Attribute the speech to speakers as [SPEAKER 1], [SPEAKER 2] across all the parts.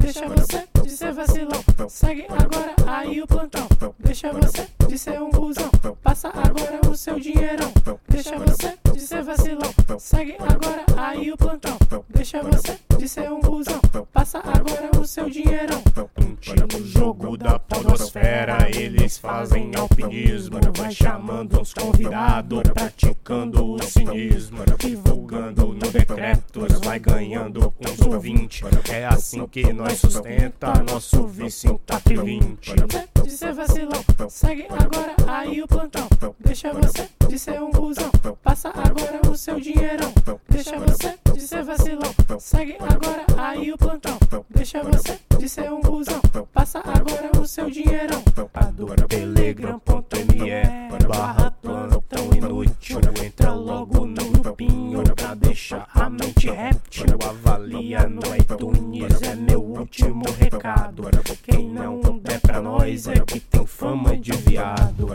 [SPEAKER 1] Deixa você de ser vacilão. Segue agora aí o plantão. Deixa você de ser um busão. Passa agora o seu dinheirão. Deixa você de ser vacilão. Segue agora aí o plantão. Deixa você de ser um busão. Passa agora o seu dinheirão.
[SPEAKER 2] No jogo da podosfera, eles fazem alpinismo. Vai chamando os convidados, praticando o cinismo. Divulgando no decretos, vai ganhando uns ouvintes. É assim que nós sustenta nosso um vício em TAP 20.
[SPEAKER 1] De ser vacilão, segue agora aí o plantão. Deixa você de ser um busão. Passa agora o seu dinheirão. Deixa você de ser vacilão. Segue agora aí o plantão. Deixa você de ser um busão. Passa agora o seu dinheirão.
[SPEAKER 2] Adoro telegram.me barra plantão inútil. Entra logo no grupinho pra deixar a mente réptil. Avalia no iTunes, é meu último recado. Quem não der pra nós é que tem fama de viado.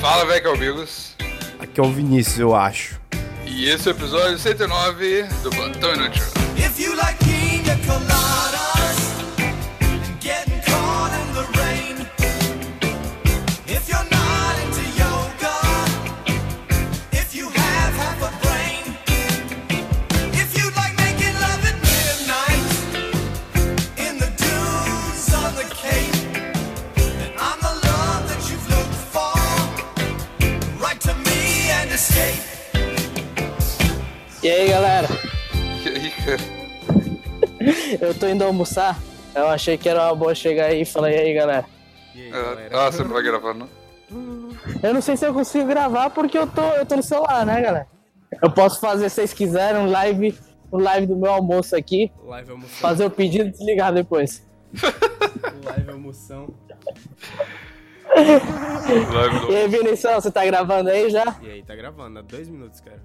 [SPEAKER 3] Fala, velho, amigos.
[SPEAKER 4] Aqui é o Vinícius, eu acho.
[SPEAKER 3] E esse é o episódio 109 do Plantão Inútil.
[SPEAKER 5] If you like pina coladas and getting caught in the rain, if you're not into yoga, if you have half a brain, if you like making love at midnight in the dunes on the cape, then I'm the love that you've looked for. Write to me and escape.
[SPEAKER 6] E aí galera,
[SPEAKER 3] E aí, cara?
[SPEAKER 6] eu tô indo almoçar. Eu achei que era uma boa chegar aí e falar, e aí galera.
[SPEAKER 3] Ah, você não vai gravar, não?
[SPEAKER 6] Eu não sei se eu consigo gravar porque eu tô, eu tô no celular, né galera? Eu posso fazer, se vocês quiserem, um live, um live do meu almoço aqui,
[SPEAKER 7] Live almoção.
[SPEAKER 6] fazer o pedido e desligar depois.
[SPEAKER 7] Live almoção.
[SPEAKER 3] Live
[SPEAKER 6] E
[SPEAKER 3] do...
[SPEAKER 6] aí Vinicius, você tá gravando aí já?
[SPEAKER 7] E aí, tá gravando há dois minutos, cara.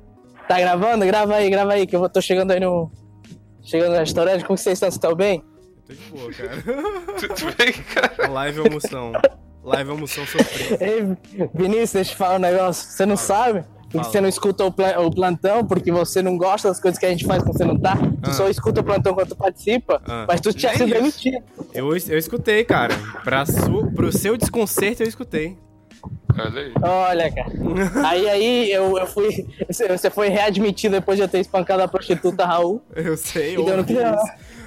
[SPEAKER 6] Tá gravando? Grava aí, grava aí, que eu vou- tô chegando aí no... Chegando no restaurante, como que vocês estão? Vocês estão bem?
[SPEAKER 7] Eu tô de boa, cara.
[SPEAKER 3] Tudo bem, cara?
[SPEAKER 7] Live almoção. Live almoção surpresa.
[SPEAKER 6] Ei, Vinícius, deixa eu te falar um negócio. Você não sabe? Porque
[SPEAKER 7] Fala.
[SPEAKER 6] você não escuta o, pla- o plantão, porque você não gosta das coisas que a gente faz quando você não tá. Tu
[SPEAKER 7] Ah.
[SPEAKER 6] só escuta o plantão quando tu participa,
[SPEAKER 7] Ah.
[SPEAKER 6] mas tu tinha
[SPEAKER 7] Nem
[SPEAKER 6] sido
[SPEAKER 7] isso.
[SPEAKER 6] demitido.
[SPEAKER 7] Eu, eu escutei, cara. Pra su, pro seu desconcerto, eu escutei.
[SPEAKER 3] Olha aí.
[SPEAKER 6] Olha, cara. aí aí eu, eu fui. Você você foi readmitido depois de eu ter espancado a prostituta Raul.
[SPEAKER 7] Eu sei, eu
[SPEAKER 6] Então,
[SPEAKER 7] ouvi
[SPEAKER 6] não-
[SPEAKER 7] isso.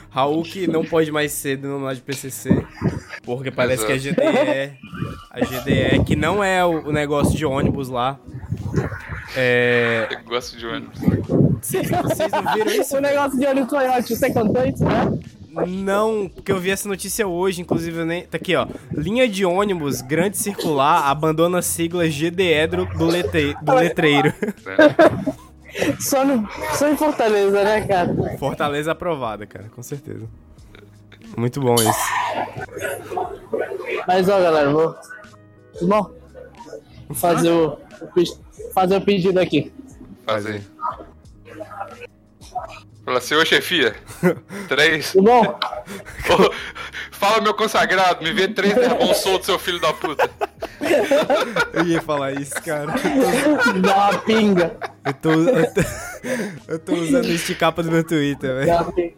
[SPEAKER 7] Raul que não pode mais ser denominado de PCC. Porque parece que a GDE... A GDE, que não é o o negócio de ônibus lá. É...
[SPEAKER 3] Eu gosto de ônibus.
[SPEAKER 7] Vocês vocês não viram isso?
[SPEAKER 6] o negócio de olho coiote, você contou isso, né?
[SPEAKER 7] Não, porque eu vi essa notícia hoje, inclusive eu nem. Tá aqui, ó. Linha de ônibus grande circular abandona a sigla GDE do, do lete- do letreiro.
[SPEAKER 6] Só, no, só em Fortaleza, né, cara?
[SPEAKER 7] Fortaleza aprovada, cara, com certeza. Muito bom isso.
[SPEAKER 6] Mas ó, galera, vou. Tudo bom? Vou Fazer o, o pis- fazer o pedido aqui.
[SPEAKER 3] Faz aí. Fala, senhor chefia. Três.
[SPEAKER 6] Tudo bom?
[SPEAKER 3] Ô, Fala, meu consagrado, me vê três derrubões soltos, seu filho da puta.
[SPEAKER 7] Eu ia falar isso, cara.
[SPEAKER 6] Dá uma pinga.
[SPEAKER 7] Eu tô, eu tô, eu tô usando isso de capa do meu Twitter, velho.
[SPEAKER 6] Dá uma pinga.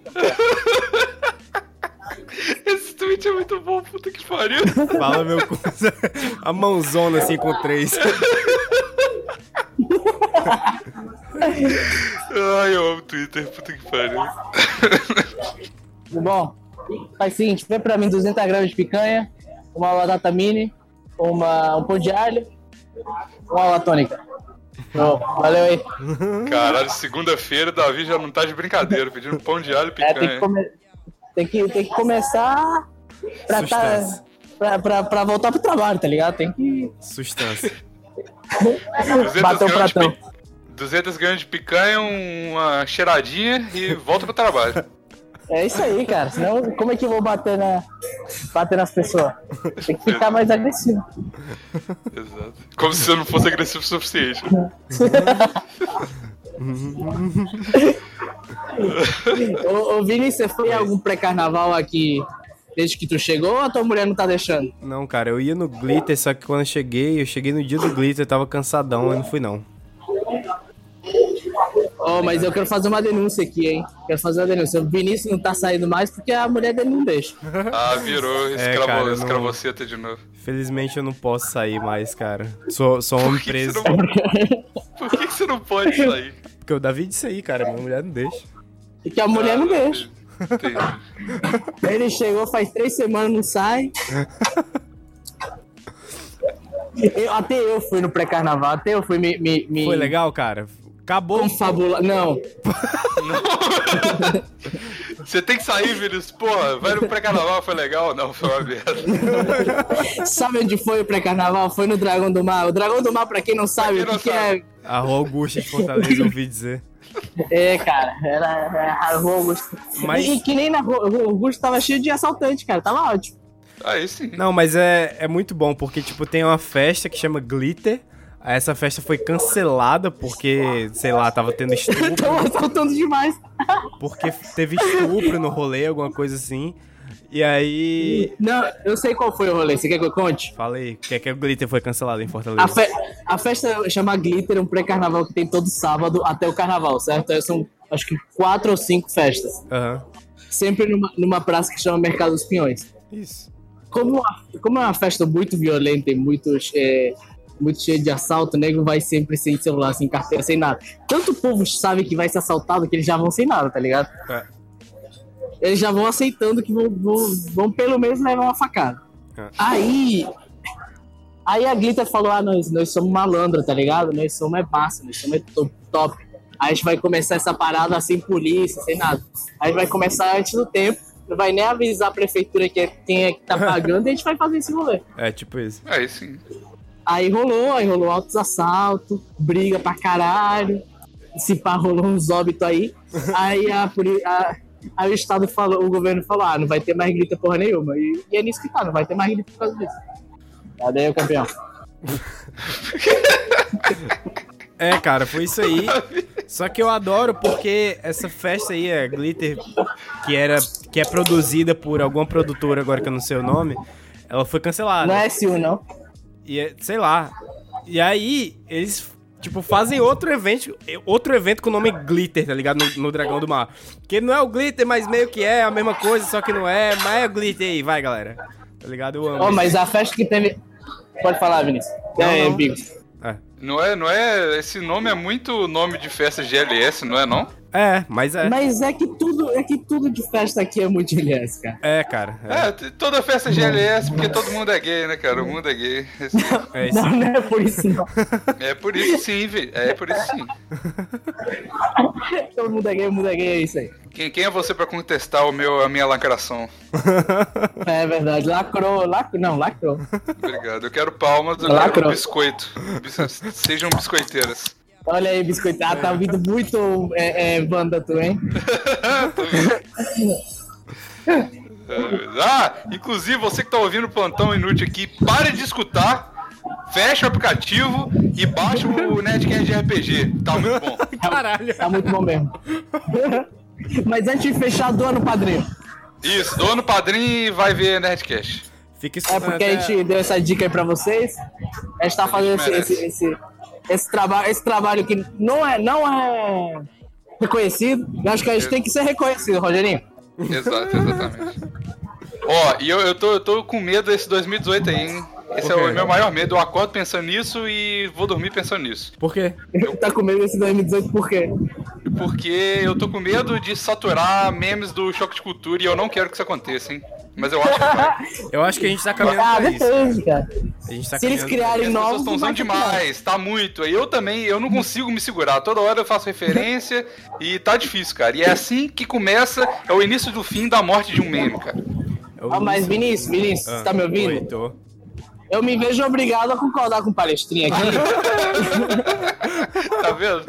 [SPEAKER 3] Esse tweet é muito bom, puta que pariu.
[SPEAKER 7] Fala meu cu. A mãozona assim com três.
[SPEAKER 3] Ai, eu amo Twitter, puta que pariu.
[SPEAKER 6] Tudo bom? Faz o seguinte, vem pra mim 200 gramas de picanha, uma batata mini, uma, um pão de alho, uma ala tônica. Pronto, valeu aí.
[SPEAKER 3] Caralho, segunda-feira, o Davi já não tá de brincadeira, pedindo pão de alho e
[SPEAKER 6] É, tem,
[SPEAKER 3] picanha.
[SPEAKER 6] que come- tem, que, tem que começar pra, tá,
[SPEAKER 7] Sustância.
[SPEAKER 6] pra, pra, pra voltar pro trabalho, tá ligado? Tem que
[SPEAKER 7] Sustância.
[SPEAKER 3] 200
[SPEAKER 6] bater o
[SPEAKER 3] gramas de
[SPEAKER 6] pratão.
[SPEAKER 3] pi- 200 gramas de picanha, uma cheiradinha e volta pro trabalho.
[SPEAKER 6] É isso aí, cara. Senão, como é que eu vou bater, na... bater nas pessoas? Tem que ficar mais agressivo.
[SPEAKER 3] Exato. Como se eu não fosse agressivo o suficiente.
[SPEAKER 6] ô, ô, Vini, você foi em algum pré-carnaval aqui desde que tu chegou ou a tua mulher não tá deixando?
[SPEAKER 7] Não, cara, eu ia no Glitter, só que quando eu cheguei, eu cheguei no dia do Glitter, eu tava cansadão, eu não fui não.
[SPEAKER 6] Ô, Ó, mas eu quero fazer uma denúncia aqui, hein? Quero fazer uma denúncia. O Vinícius não tá saindo mais porque a mulher dele não deixa.
[SPEAKER 3] Ah, virou escravo,
[SPEAKER 7] É, cara, eu não-
[SPEAKER 3] escravoceta de novo.
[SPEAKER 7] Felizmente eu não posso sair mais, cara. Sou, sou
[SPEAKER 3] Por
[SPEAKER 7] homem
[SPEAKER 3] que, que
[SPEAKER 7] preso.
[SPEAKER 3] você não... Por que que você não pode sair?
[SPEAKER 7] Porque o Davi disse aí, cara. Minha mulher não deixa.
[SPEAKER 6] Porque a mulher não deixa.
[SPEAKER 3] Ah, Entendi.
[SPEAKER 6] Ele chegou faz três semanas, não sai. Eu- até eu fui no pré-carnaval, até eu fui me. me, me
[SPEAKER 7] Foi legal, cara. Acabou.
[SPEAKER 6] Confabula. Não,
[SPEAKER 3] Você tem que sair, Vinícius. Porra, vai no pré-carnaval, foi legal? Não, foi uma merda.
[SPEAKER 6] sabe onde foi o pré-carnaval? Foi no Dragão do Mar. O Dragão do Mar, pra quem não sabe,
[SPEAKER 3] quem
[SPEAKER 6] o
[SPEAKER 3] não
[SPEAKER 6] que, que
[SPEAKER 3] sabe.
[SPEAKER 6] é.
[SPEAKER 7] A Rua Augusta de Fortaleza, eu ouvi dizer.
[SPEAKER 6] É, cara, era, era a Rua Augusto.
[SPEAKER 7] Mas-
[SPEAKER 6] E, e que nem na Rua Rua Augusto tava cheio de assaltante, cara, tava ótimo.
[SPEAKER 3] Aí sim.
[SPEAKER 7] Não, mas é, é muito bom, porque, tipo, tem uma festa que chama Glitter. Essa festa foi cancelada porque, sei lá, tava tendo estupro.
[SPEAKER 6] Tão assaltando demais.
[SPEAKER 7] Porque teve estupro no rolê, alguma coisa assim. E aí.
[SPEAKER 6] Não, eu sei qual foi o rolê, você quer que eu conte?
[SPEAKER 7] Falei, que é que o Glitter foi cancelado em Fortaleza.
[SPEAKER 6] A, fe- a festa chama Glitter, um pré-carnaval que tem todo sábado até o carnaval, certo? Aí São acho que quatro ou cinco festas.
[SPEAKER 7] Aham.
[SPEAKER 6] Sempre numa, numa praça que chama Mercado dos Peões.
[SPEAKER 7] Isso.
[SPEAKER 6] Como, a- como é uma festa muito violenta e muito, é, muito cheia de assalto, o nego vai sempre sem celular, sem carteira, sem nada. Tanto o povo sabe que vai ser assaltado que eles já vão sem nada, tá ligado?
[SPEAKER 7] É.
[SPEAKER 6] Eles já vão aceitando que vão, vão, vão pelo menos levar uma facada.
[SPEAKER 7] É.
[SPEAKER 6] Aí. Aí a Glitter falou: ah, nós, nós somos malandro, tá ligado? Nós somos é massa, nós somos é top, top. Aí a gente vai começar essa parada sem polícia, sem nada. A gente vai começar antes do tempo, não vai nem avisar a prefeitura que é, quem é que tá pagando e a gente vai fazer esse rolê.
[SPEAKER 7] É, tipo isso.
[SPEAKER 3] Aí sim.
[SPEAKER 6] Aí rolou, aí rolou altos assaltos, briga pra caralho. Se pá, rolou uns óbitos aí. Aí, a, poli- a- aí o Estado falou, o governo falou: ah, não vai ter mais grita porra nenhuma. E, e é nisso que tá, não vai ter mais grita por causa disso. Cadê aí o campeão?
[SPEAKER 7] É, cara, foi isso aí. Só que eu adoro porque essa festa aí, a Glitter, que era que é produzida por alguma produtora agora que eu não sei o nome, ela foi cancelada.
[SPEAKER 6] Não é S1, não.
[SPEAKER 7] E é- sei lá. E aí eles tipo fazem outro evento, outro evento com o nome Glitter, tá ligado? No, no Dragão do Mar. Que não é o Glitter, mas meio que é a mesma coisa, só que não é, mas é o Glitter aí, vai, galera. Tá ligado? Eu amo.
[SPEAKER 6] Ó, mas a festa que teve. Pode falar, Vinícius.
[SPEAKER 7] Não,
[SPEAKER 6] é,
[SPEAKER 7] não.
[SPEAKER 6] Bigos.
[SPEAKER 3] Não é, não é. Esse nome é muito nome de festa GLS, não é não?
[SPEAKER 7] É, mas é.
[SPEAKER 6] Mas é que tudo, é que tudo de festa aqui é muito ilhésico, cara.
[SPEAKER 7] É, cara. é.
[SPEAKER 3] É, t- toda festa é GLS, porque todo mundo é gay, né, cara? O mundo é gay. Esse-
[SPEAKER 7] É isso.
[SPEAKER 6] Não, não é por isso, não.
[SPEAKER 3] É por isso sim, velho. É por isso sim.
[SPEAKER 6] Todo mundo é gay, todo mundo é gay, é isso aí.
[SPEAKER 3] Quem, quem é você pra contestar o meu, a minha lacração?
[SPEAKER 6] É verdade, lacrou, lacrou, não, lacrou.
[SPEAKER 3] Obrigado. Eu quero palmas, eu
[SPEAKER 6] Lacrou.
[SPEAKER 3] quero biscoito. Bis- Sejam biscoiteiras.
[SPEAKER 6] Olha aí, biscoito. Ah, tá ouvindo muito é, é, banda tu, hein?
[SPEAKER 3] Ah, inclusive você que tá ouvindo o plantão inútil aqui, pare de escutar, fecha o aplicativo e baixa o Nerdcast de RPG. Tá muito bom.
[SPEAKER 7] Caralho.
[SPEAKER 6] Tá muito bom mesmo. Mas antes de fechar, doa no padrinho.
[SPEAKER 3] Isso, dono padrinho e vai ver Nerdcast.
[SPEAKER 7] Fica
[SPEAKER 6] É
[SPEAKER 7] escutando
[SPEAKER 6] porque a
[SPEAKER 7] até-
[SPEAKER 6] gente deu essa dica aí pra vocês. A gente tá fazendo esse, esse, esse, esse trabalho, esse trabalho que não é, não é reconhecido. Eu acho que a gente tem que ser reconhecido, Rogerinho.
[SPEAKER 3] Exato, exatamente. Ó, e eu, eu, tô, eu tô com medo desse 2018 aí, hein? Esse é
[SPEAKER 7] Ok.
[SPEAKER 3] o meu maior medo. Eu acordo pensando nisso e vou dormir pensando nisso.
[SPEAKER 7] é, Por quê?
[SPEAKER 6] Tá com medo desse 2018 por quê?
[SPEAKER 3] Porque eu tô com medo de saturar memes do choque de cultura e eu não quero que isso aconteça, hein? Mas eu acho que vai.
[SPEAKER 7] Eu acho que a gente tá caminhando
[SPEAKER 6] Ah,
[SPEAKER 7] pra isso.
[SPEAKER 6] depende, cara.
[SPEAKER 7] A gente tá
[SPEAKER 6] Se eles
[SPEAKER 7] caminhando-
[SPEAKER 6] criarem
[SPEAKER 3] As pessoas
[SPEAKER 6] novos.
[SPEAKER 3] estão
[SPEAKER 6] não
[SPEAKER 3] usando
[SPEAKER 6] vai continuar.
[SPEAKER 3] demais, tá muito. Eu também, eu não consigo me segurar. Toda hora eu faço referência e tá difícil, cara. E é assim que começa, é o início do fim da morte de um meme, cara.
[SPEAKER 7] Eu-
[SPEAKER 6] Ah, mas Vinícius, Vinícius,
[SPEAKER 7] Ah,
[SPEAKER 6] você tá me ouvindo?
[SPEAKER 7] Oi, tô.
[SPEAKER 6] Eu me vejo obrigado a concordar com o palestrinha aqui.
[SPEAKER 3] Tá vendo?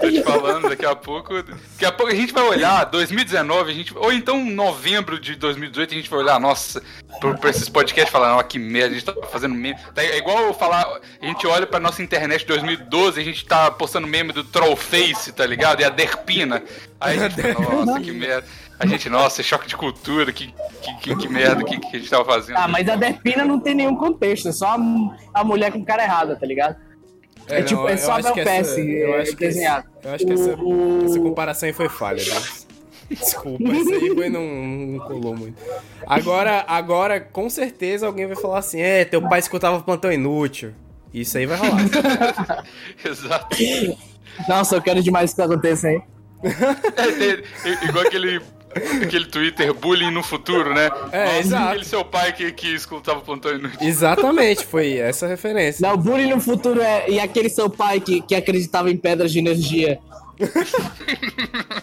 [SPEAKER 3] Tô te falando, daqui a pouco. Daqui a pouco a gente vai olhar 2019, a gente, ou então novembro de 2018, a gente vai olhar, nossa, pro- pra esses podcasts e falar, ó, que merda, a gente tá fazendo meme. Tá, é igual eu falar, a gente olha pra nossa internet de 2012, a gente tá postando meme do Trollface, tá ligado? E a Derpina. Aí a gente, fala, nossa, que merda. A gente, nossa, choque de cultura, que, que, que, que merda que, que a gente tava fazendo.
[SPEAKER 6] ah, mas a Derpina não tem nenhum contexto, é só a, mu- a mulher com cara errada, tá ligado? É,
[SPEAKER 7] não,
[SPEAKER 6] tipo, é
[SPEAKER 7] eu
[SPEAKER 6] só
[SPEAKER 7] acho que
[SPEAKER 6] Belfast,
[SPEAKER 7] essa-
[SPEAKER 6] é desenhado.
[SPEAKER 7] essa- eu acho que essa,
[SPEAKER 6] O-
[SPEAKER 7] essa comparação aí foi falha, né? Desculpa, isso aí foi, não, não colou muito. Agora, agora, com certeza alguém vai falar assim: é, teu pai escutava plantão inútil. Isso aí vai rolar.
[SPEAKER 3] Exato.
[SPEAKER 6] Nossa, eu quero demais que isso aconteça, hein?
[SPEAKER 3] É, tem- i- igual aquele, aquele Twitter, bullying no futuro, né?
[SPEAKER 7] É, exato.
[SPEAKER 3] aquele seu pai que, que escutava o plantão inútil.
[SPEAKER 7] Exatamente, foi essa a referência.
[SPEAKER 6] Não, bullying no futuro é. E aquele seu pai que, que acreditava em pedras de energia.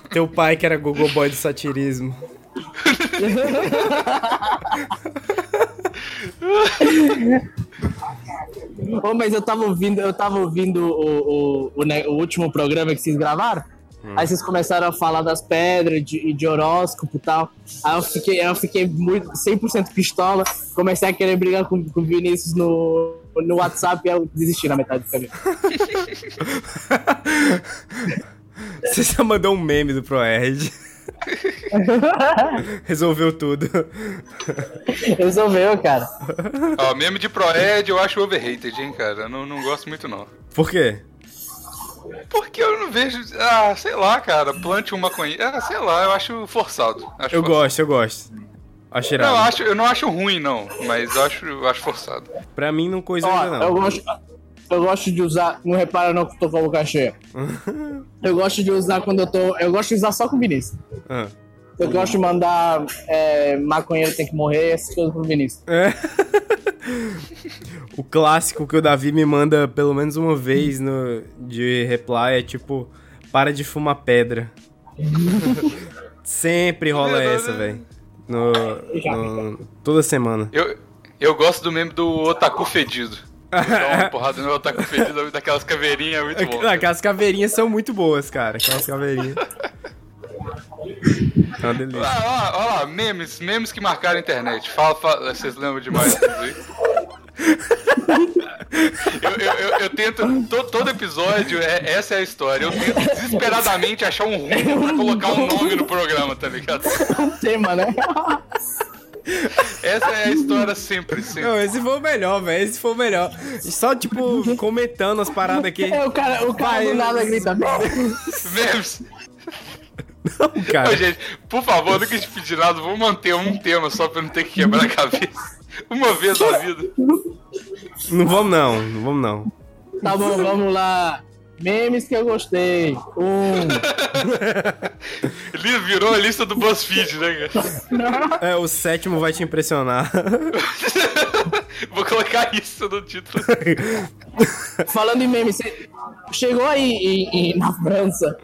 [SPEAKER 7] Teu pai que era Google Boy do satirismo.
[SPEAKER 6] Ô, mas eu tava ouvindo, eu tava ouvindo o, o, o, ne- o último programa que vocês gravaram. Aí vocês começaram a falar das pedras de- e de, horóscopo e tal. Aí eu fiquei, eu fiquei muito, 100% pistola. Comecei a querer brigar com, com o Vinícius no, no WhatsApp e eu desisti na metade do caminho.
[SPEAKER 7] Você só mandou um meme do ProErd. Resolveu tudo.
[SPEAKER 6] Resolveu, cara.
[SPEAKER 3] Ó, meme de Proed eu acho overrated, hein, cara. Eu não, não gosto muito, não.
[SPEAKER 7] Por quê?
[SPEAKER 3] Porque eu não vejo. Ah, sei lá, cara. Plante uma maconha. Ah, sei lá, eu acho forçado. Acho
[SPEAKER 7] Eu
[SPEAKER 3] forçado.
[SPEAKER 7] gosto, eu gosto. Acho
[SPEAKER 3] Não, eu,
[SPEAKER 7] irado.
[SPEAKER 3] acho, eu não acho ruim, não, mas eu acho, eu acho forçado.
[SPEAKER 7] Pra mim não coisa
[SPEAKER 6] Ó,
[SPEAKER 7] ainda
[SPEAKER 6] eu
[SPEAKER 7] não.
[SPEAKER 6] gosto. Eu gosto de usar. Não repara não que eu tô com a boca cheia. eu gosto de usar quando eu tô. Eu gosto de usar só com o Vinícius.
[SPEAKER 7] Ah.
[SPEAKER 6] Eu gosto de mandar é, maconheiro tem que morrer, essas coisas pro Vinícius.
[SPEAKER 7] É. o clássico que o Davi me manda pelo menos uma vez no, de reply é tipo: para de fumar pedra. Sempre rola essa,
[SPEAKER 3] né?
[SPEAKER 7] velho. No, no- toda semana.
[SPEAKER 3] Eu, eu gosto do meme do Otaku Fedido. Eu dou uma porrada no Otaku Fedido, daquelas caveirinhas, é muito bom.
[SPEAKER 7] Aqu- Ah, Aquelas caveirinhas são muito boas, cara. Aquelas caveirinhas. É uma delícia.
[SPEAKER 3] Ah, olha, lá, olha lá, memes, memes que marcaram a internet. Fala, fala, vocês lembram demais disso aí? Eu, eu, eu- eu tento, to- todo episódio, é- essa é a história. Eu tento desesperadamente achar um rumo pra colocar um nome no programa, tá ligado?
[SPEAKER 6] Tema, né?
[SPEAKER 3] Essa é a história sempre, sempre.
[SPEAKER 7] Não, esse foi o melhor, velho. Esse foi o melhor. Só, tipo, comentando as paradas aqui.
[SPEAKER 6] É, o cara, o cara
[SPEAKER 7] Vai,
[SPEAKER 6] do nada grita.
[SPEAKER 3] Memes.
[SPEAKER 7] Não, cara.
[SPEAKER 3] Ô, gente, por favor, nunca te pedi nada, vou manter um tema só pra não ter que quebrar a cabeça. Uma vez na vida.
[SPEAKER 7] Não vamos não, não vamos não.
[SPEAKER 6] Tá bom, vamos lá. Memes que eu gostei. Um.
[SPEAKER 3] Ele virou a lista do BuzzFeed, né, cara?
[SPEAKER 7] É, o sétimo vai te impressionar.
[SPEAKER 3] Vou colocar isso no título.
[SPEAKER 6] Falando em memes, você chegou aí em- em- na França.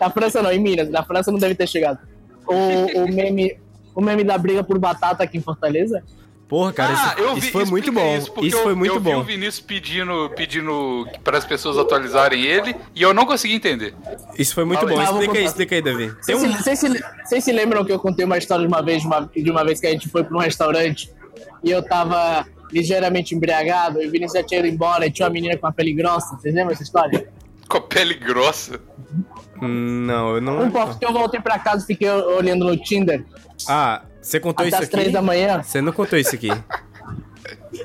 [SPEAKER 6] Na França não, em Minas. Na França não deve ter chegado. O, o meme. O meme da briga por batata aqui em Fortaleza?
[SPEAKER 7] Porra, cara,
[SPEAKER 3] Ah,
[SPEAKER 7] isso, isso foi muito bom. Isso,
[SPEAKER 3] porque eu-
[SPEAKER 7] foi muito
[SPEAKER 3] eu vi o
[SPEAKER 7] bom.
[SPEAKER 3] Vinícius pedindo, pedindo para as pessoas atualizarem ele e eu não consegui entender.
[SPEAKER 7] Isso foi muito
[SPEAKER 3] Fala
[SPEAKER 7] bom.
[SPEAKER 3] aí.
[SPEAKER 6] Ah, vou
[SPEAKER 7] Explica aí,
[SPEAKER 6] contar.
[SPEAKER 7] explica aí, Davi. Tem
[SPEAKER 6] Vocês
[SPEAKER 7] um...
[SPEAKER 6] se- vocês se, vocês se lembram que eu contei uma história de uma vez, de uma, de uma vez que a gente foi pra um restaurante e eu tava ligeiramente embriagado e o Vinícius já tinha ido embora e tinha uma menina com a pele grossa? Vocês lembram essa história?
[SPEAKER 3] Com a pele grossa.
[SPEAKER 7] Hum, Não, eu não.
[SPEAKER 6] Não importa, Um eu voltei pra casa e fiquei olhando no Tinder
[SPEAKER 7] Ah, você contou
[SPEAKER 6] até
[SPEAKER 7] isso
[SPEAKER 6] as três
[SPEAKER 7] aqui?
[SPEAKER 6] da manhã.
[SPEAKER 7] Você não contou isso aqui.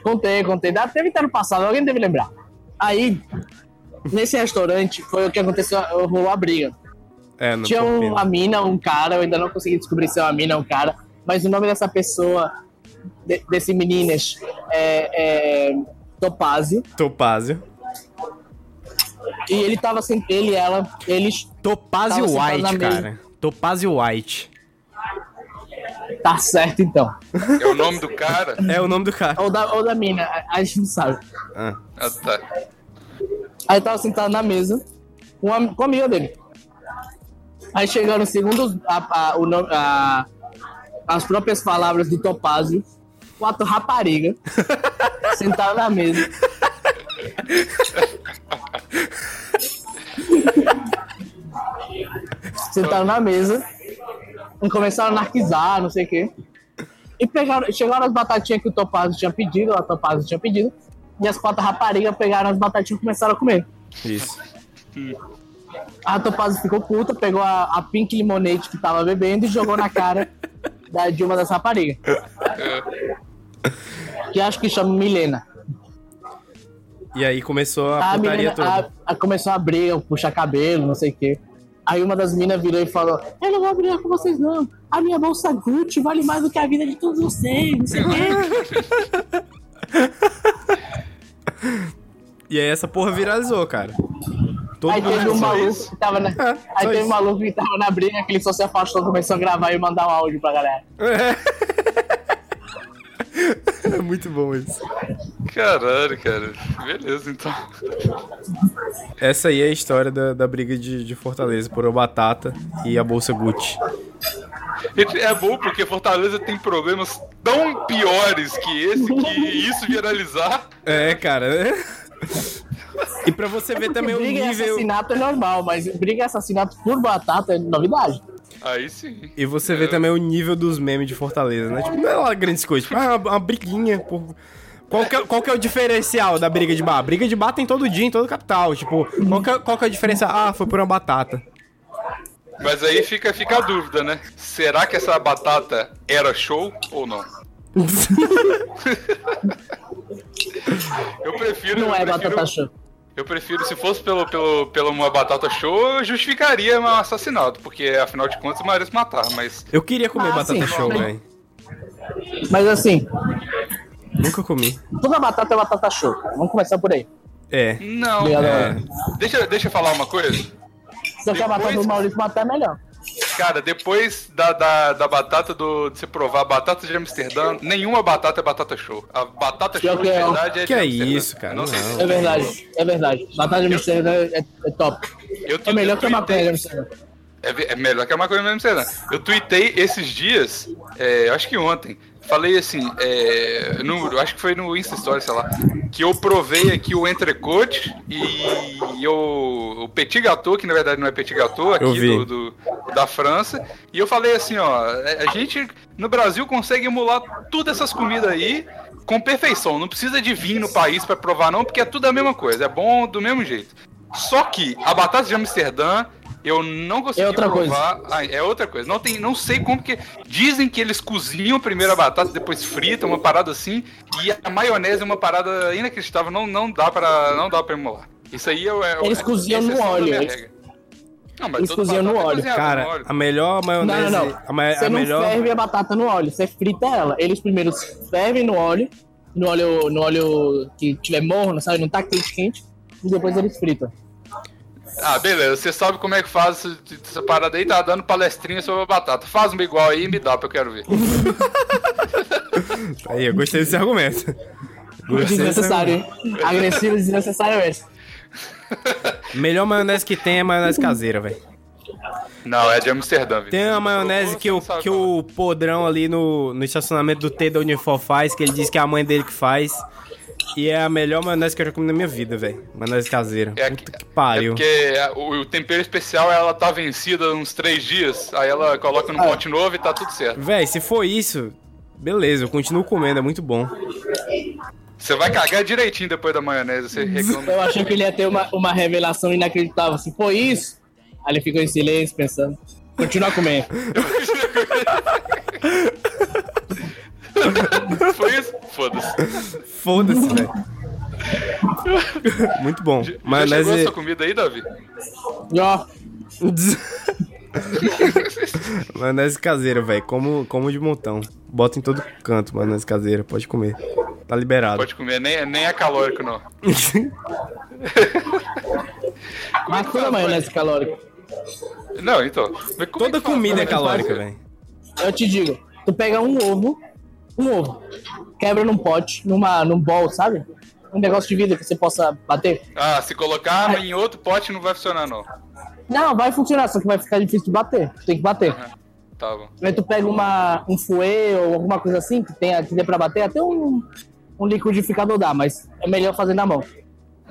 [SPEAKER 6] Contei, contei. Dá- Deve ter ano passado, alguém deve lembrar. Aí, nesse restaurante, foi o que aconteceu, rolou a briga.
[SPEAKER 7] É, não
[SPEAKER 6] Tinha
[SPEAKER 7] confio.
[SPEAKER 6] uma mina, um cara, eu ainda não consegui descobrir se é uma mina ou um cara, mas o nome dessa pessoa, de- desse meninas, é, é Topazio.
[SPEAKER 7] Topázio.
[SPEAKER 6] E ele tava sem ele e ela, eles.
[SPEAKER 7] Topázio
[SPEAKER 6] Tava sentado
[SPEAKER 7] White,
[SPEAKER 6] na mesa.
[SPEAKER 7] cara. Topázio White.
[SPEAKER 6] Tá certo então.
[SPEAKER 3] É o nome do cara?
[SPEAKER 7] É o nome do cara.
[SPEAKER 6] Ou da, ou da mina, a- a gente não sabe.
[SPEAKER 7] Ah.
[SPEAKER 3] Ah, tá.
[SPEAKER 6] Aí eu tava sentado na mesa com um am- com a amiga dele. Aí chegaram segundo a- a- o nome- a- as próprias palavras do Topázio, quatro rapariga sentaram na mesa. sentaram na mesa e começaram a anarquizar, não sei o quê. E pegaram, chegaram as batatinhas que o Topázio tinha pedido, a Topázio tinha pedido, e as quatro raparigas pegaram as batatinhas e começaram a comer.
[SPEAKER 7] Isso.
[SPEAKER 6] A Topazio ficou puta, pegou a, a pink limonade que tava bebendo e jogou na cara da, de uma das raparigas. Que acho que chama Milena.
[SPEAKER 7] E aí começou a
[SPEAKER 6] a
[SPEAKER 7] putaria
[SPEAKER 6] menina
[SPEAKER 7] toda.
[SPEAKER 6] a- a- começou a abrir, puxar cabelo, não sei o quê. Aí uma das meninas virou e falou: Eu não vou brigar com vocês, não. A minha bolsa Gucci vale mais do que a vida de todos vocês, não sei o quê.
[SPEAKER 7] E aí essa porra viralizou, cara. Todo
[SPEAKER 6] Aí teve
[SPEAKER 7] mundo
[SPEAKER 6] um
[SPEAKER 7] só
[SPEAKER 6] maluco
[SPEAKER 7] isso.
[SPEAKER 6] que tava na.
[SPEAKER 7] É,
[SPEAKER 6] Aí
[SPEAKER 7] só
[SPEAKER 6] teve um
[SPEAKER 7] isso.
[SPEAKER 6] maluco que tava na briga que ele só se afastou, começou a gravar e mandar um áudio pra galera.
[SPEAKER 7] É muito bom isso.
[SPEAKER 3] Caralho, cara. Beleza, então.
[SPEAKER 7] Essa aí é a história da, da briga de, de Fortaleza por o Batata e a Bolsa Gucci.
[SPEAKER 3] E É bom porque Fortaleza tem problemas tão piores que esse que isso viralizar.
[SPEAKER 7] É, cara. E pra você ver também o
[SPEAKER 6] briga e
[SPEAKER 7] nível.
[SPEAKER 6] assassinato é normal, mas briga e assassinato por batata é novidade.
[SPEAKER 3] Aí sim.
[SPEAKER 7] E você vê também o nível dos memes de Fortaleza, né? Tipo, não é lá grandes coisas. Tipo, ah, uma briguinha. Por... Qual, que é, qual que é o diferencial da briga de bar? Briga de bar tem todo dia, em todo capital. Tipo, qual que, é, qual que é a diferença? Ah, foi por uma batata.
[SPEAKER 3] Mas aí fica, fica a dúvida, né? Será que essa batata era show ou não? Eu prefiro.
[SPEAKER 6] Não é
[SPEAKER 3] eu prefiro-
[SPEAKER 6] batata show.
[SPEAKER 3] Eu prefiro, se fosse pelo, pelo, pela uma batata show, eu justificaria um assassinato, porque afinal de contas o marido se matar, mas.
[SPEAKER 7] Eu queria comer
[SPEAKER 6] Ah,
[SPEAKER 7] batata
[SPEAKER 6] sim.
[SPEAKER 7] show, velho.
[SPEAKER 6] Mas assim,
[SPEAKER 7] Nunca comi.
[SPEAKER 6] toda batata é batata show, cara. Vamos começar por aí.
[SPEAKER 7] É.
[SPEAKER 3] Não.
[SPEAKER 6] Obrigado,
[SPEAKER 3] é.
[SPEAKER 6] Alan.
[SPEAKER 3] Deixa, deixa eu falar uma coisa.
[SPEAKER 6] Se eu quero matar
[SPEAKER 3] Depois-
[SPEAKER 6] do Maurício matar, é melhor.
[SPEAKER 3] Cara, depois da, da, da batata do, de você provar a batata de Amsterdã, nenhuma batata é batata show. A batata
[SPEAKER 6] Pior
[SPEAKER 3] show de
[SPEAKER 6] que é, ó.
[SPEAKER 3] verdade é de
[SPEAKER 7] Que é
[SPEAKER 3] Amsterdã.
[SPEAKER 7] isso, cara,
[SPEAKER 3] Não, sei.
[SPEAKER 7] não.
[SPEAKER 6] É verdade, é verdade. Batalha de Amsterdã é, é top.
[SPEAKER 3] Eu
[SPEAKER 6] É melhor que a maconha de
[SPEAKER 3] tuitei-
[SPEAKER 6] Amsterdã.
[SPEAKER 3] É, ve- é melhor que a maconha mesmo, sei lá. Eu tuitei esses dias, é, acho que ontem, falei assim, é, no- eu acho que foi no Insta Story, sei lá, que eu provei aqui o entrecote e o, o petit gâteau, que na verdade não é petit gâteau,
[SPEAKER 7] Eu
[SPEAKER 3] aqui
[SPEAKER 7] vi.
[SPEAKER 3] do, do- da França, e eu falei assim, ó, a a gente no Brasil consegue emular todas essas comidas aí com perfeição, não precisa de vir no país pra provar não, porque é tudo a mesma coisa, é bom do mesmo jeito. Só que a batata de Amsterdã eu não consegui
[SPEAKER 6] É outra
[SPEAKER 3] provar. Ah, é outra coisa. Não tem, não sei como que dizem que eles cozinham primeiro a batata, depois fritam uma parada assim, e a maionese é uma parada inacreditável, não não dá para não dá para emular. Isso aí eu é,
[SPEAKER 6] Eles
[SPEAKER 3] é
[SPEAKER 6] cozinham no
[SPEAKER 3] exceção da
[SPEAKER 6] óleo,
[SPEAKER 3] minha
[SPEAKER 6] eles-
[SPEAKER 3] regra. Não, mas
[SPEAKER 6] eles
[SPEAKER 3] toda
[SPEAKER 6] cozinham
[SPEAKER 3] batata
[SPEAKER 6] no
[SPEAKER 3] é
[SPEAKER 6] óleo.
[SPEAKER 3] cozinhada no
[SPEAKER 7] Cara,
[SPEAKER 3] óleo.
[SPEAKER 7] a melhor
[SPEAKER 6] Não,
[SPEAKER 7] maionese.
[SPEAKER 6] não, não.
[SPEAKER 7] A, ma-
[SPEAKER 6] Você
[SPEAKER 7] a
[SPEAKER 6] não
[SPEAKER 7] melhor.
[SPEAKER 6] ferve a batata no óleo, você frita ela. Eles primeiro fervem no óleo, no óleo, no óleo que tiver morno, sabe? Não tá quente, quente. E depois eles fritam.
[SPEAKER 3] Ah, beleza. Você sabe como é que faz essa- essa parada aí? Tá dando palestrinha sobre a batata. Faz uma igual aí e me dá, porque eu quero ver.
[SPEAKER 7] Aí, eu gostei desse argumento. Gostei desse
[SPEAKER 6] Desnecessário, hein? Agressivo e desnecessário é esse.
[SPEAKER 7] Melhor maionese que tem é maionese caseira, velho.
[SPEAKER 3] Não, é de Amsterdã, viu?
[SPEAKER 7] Tem a maionese que o, que o podrão ali no, no estacionamento do T da Unifor faz, que ele diz que é a mãe dele que faz. E é a melhor maionese que eu já comi na minha vida, velho. Maionese caseira.
[SPEAKER 3] É
[SPEAKER 7] Puta
[SPEAKER 3] que-
[SPEAKER 7] que pariu.
[SPEAKER 3] É porque a- o, o tempero especial ela tá vencida uns três dias, aí ela coloca no pote novo e tá tudo certo.
[SPEAKER 7] Véi, se for isso, beleza, eu continuo comendo, é muito bom.
[SPEAKER 3] Você vai cagar direitinho depois da maionese, você reclama.
[SPEAKER 6] Eu achei que ele ia ter uma, uma revelação inacreditável. Se foi isso, aí ele ficou em silêncio pensando. Continua comendo.
[SPEAKER 3] Foi isso? Foda-se.
[SPEAKER 7] Foda-se, velho. muito bom.
[SPEAKER 3] Já chegou
[SPEAKER 7] Maionese.
[SPEAKER 3] essa comida aí, Davi?
[SPEAKER 6] E ó,
[SPEAKER 7] maionese caseira, velho. Como, como de montão. Bota em todo canto, maionese caseira. Pode comer. Tá liberado.
[SPEAKER 3] Pode comer, nem, nem é calórico, não.
[SPEAKER 6] mas toda maionese calórica.
[SPEAKER 3] Não, então. Mas como é
[SPEAKER 7] Toda
[SPEAKER 3] que fala?
[SPEAKER 7] comida é calórica, velho.
[SPEAKER 6] Eu te digo, tu pega um ovo, um ovo, quebra num pote, numa, num bowl, sabe? Um negócio de vidro que você possa bater.
[SPEAKER 3] Ah, se colocar em outro pote não vai funcionar, não.
[SPEAKER 6] Não, vai funcionar, só que vai ficar difícil de bater. Tem que bater.
[SPEAKER 3] Tá bom.
[SPEAKER 6] Aí tu pega uma, um fouet ou alguma coisa assim que, tenha, que dê pra bater, até um, um liquidificador dá, mas é melhor fazer na mão.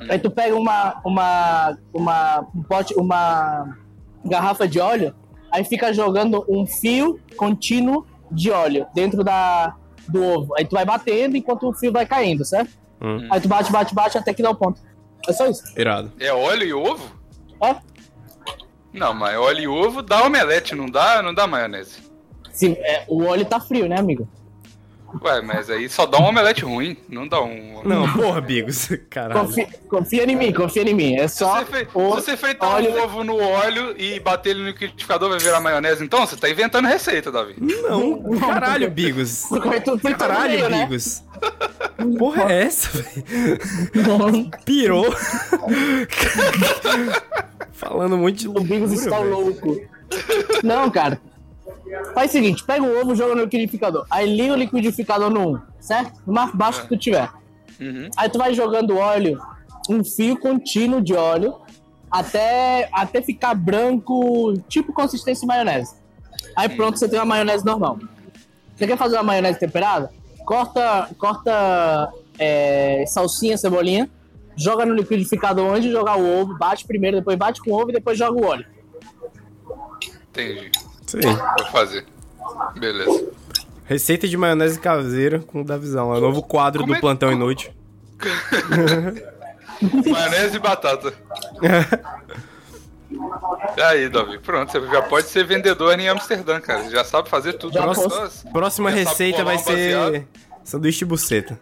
[SPEAKER 6] Aí tu pega uma, uma, uma, um pote, uma garrafa de óleo, aí fica jogando um fio contínuo de óleo dentro da, do ovo. Aí tu vai batendo enquanto o fio vai caindo, certo?
[SPEAKER 7] Hum.
[SPEAKER 6] Aí tu bate, bate, bate até que dá o ponto. É só isso.
[SPEAKER 7] Irado.
[SPEAKER 3] É óleo e ovo?
[SPEAKER 6] É?
[SPEAKER 3] Não, mas óleo e ovo dá omelete, não dá, não dá maionese.
[SPEAKER 6] Se, é, o óleo tá frio, né, amigo?
[SPEAKER 3] Ué, mas aí só dá um omelete ruim, não dá um.
[SPEAKER 7] Não, porra, Bigos. Caralho.
[SPEAKER 6] Confia, confia em mim, confia em mim. É
[SPEAKER 3] Se
[SPEAKER 6] só.
[SPEAKER 3] você, fe... se
[SPEAKER 6] o-
[SPEAKER 3] você fritar
[SPEAKER 6] óleo-
[SPEAKER 3] um ovo no óleo e bater ele no liquidificador, vai virar maionese. Então, você tá inventando receita, Davi.
[SPEAKER 7] Não, caralho, Bigos.
[SPEAKER 6] Tu come tudo frito no
[SPEAKER 7] Caralho,
[SPEAKER 6] meio, né?
[SPEAKER 7] Bigos. Porra é essa, velho? Pirou. Falando muito de
[SPEAKER 6] O Bigos
[SPEAKER 7] loucura,
[SPEAKER 6] está
[SPEAKER 7] velho.
[SPEAKER 6] louco. Não, cara. Faz o seguinte, pega o ovo, joga no liquidificador. Aí liga o liquidificador no 1, certo? No mais baixo que tu tiver. Aí tu vai jogando óleo, um fio contínuo de óleo, até, até ficar branco, tipo consistência de maionese. Aí pronto, você tem uma maionese normal. Você quer fazer uma maionese temperada? Corta, corta é, salsinha, cebolinha, joga no liquidificador antes de jogar o ovo, bate primeiro, depois bate com o ovo e depois joga o óleo.
[SPEAKER 3] Entendi.
[SPEAKER 7] Sim.
[SPEAKER 3] Vou fazer. Beleza.
[SPEAKER 7] Receita de maionese caseira com o Davizão. É o novo quadro
[SPEAKER 3] Como
[SPEAKER 7] do
[SPEAKER 3] é-
[SPEAKER 7] Plantão Inútil.
[SPEAKER 3] maionese e batata. Aí, Davi, pronto. Você já pode ser vendedor em Amsterdã, cara. Você já sabe fazer tudo.
[SPEAKER 6] Já
[SPEAKER 3] Nossa,
[SPEAKER 6] posso-
[SPEAKER 3] nossa.
[SPEAKER 7] Próxima
[SPEAKER 3] Já sabe
[SPEAKER 7] receita vai
[SPEAKER 3] bolar um baseado.
[SPEAKER 7] ser sanduíche de buceta.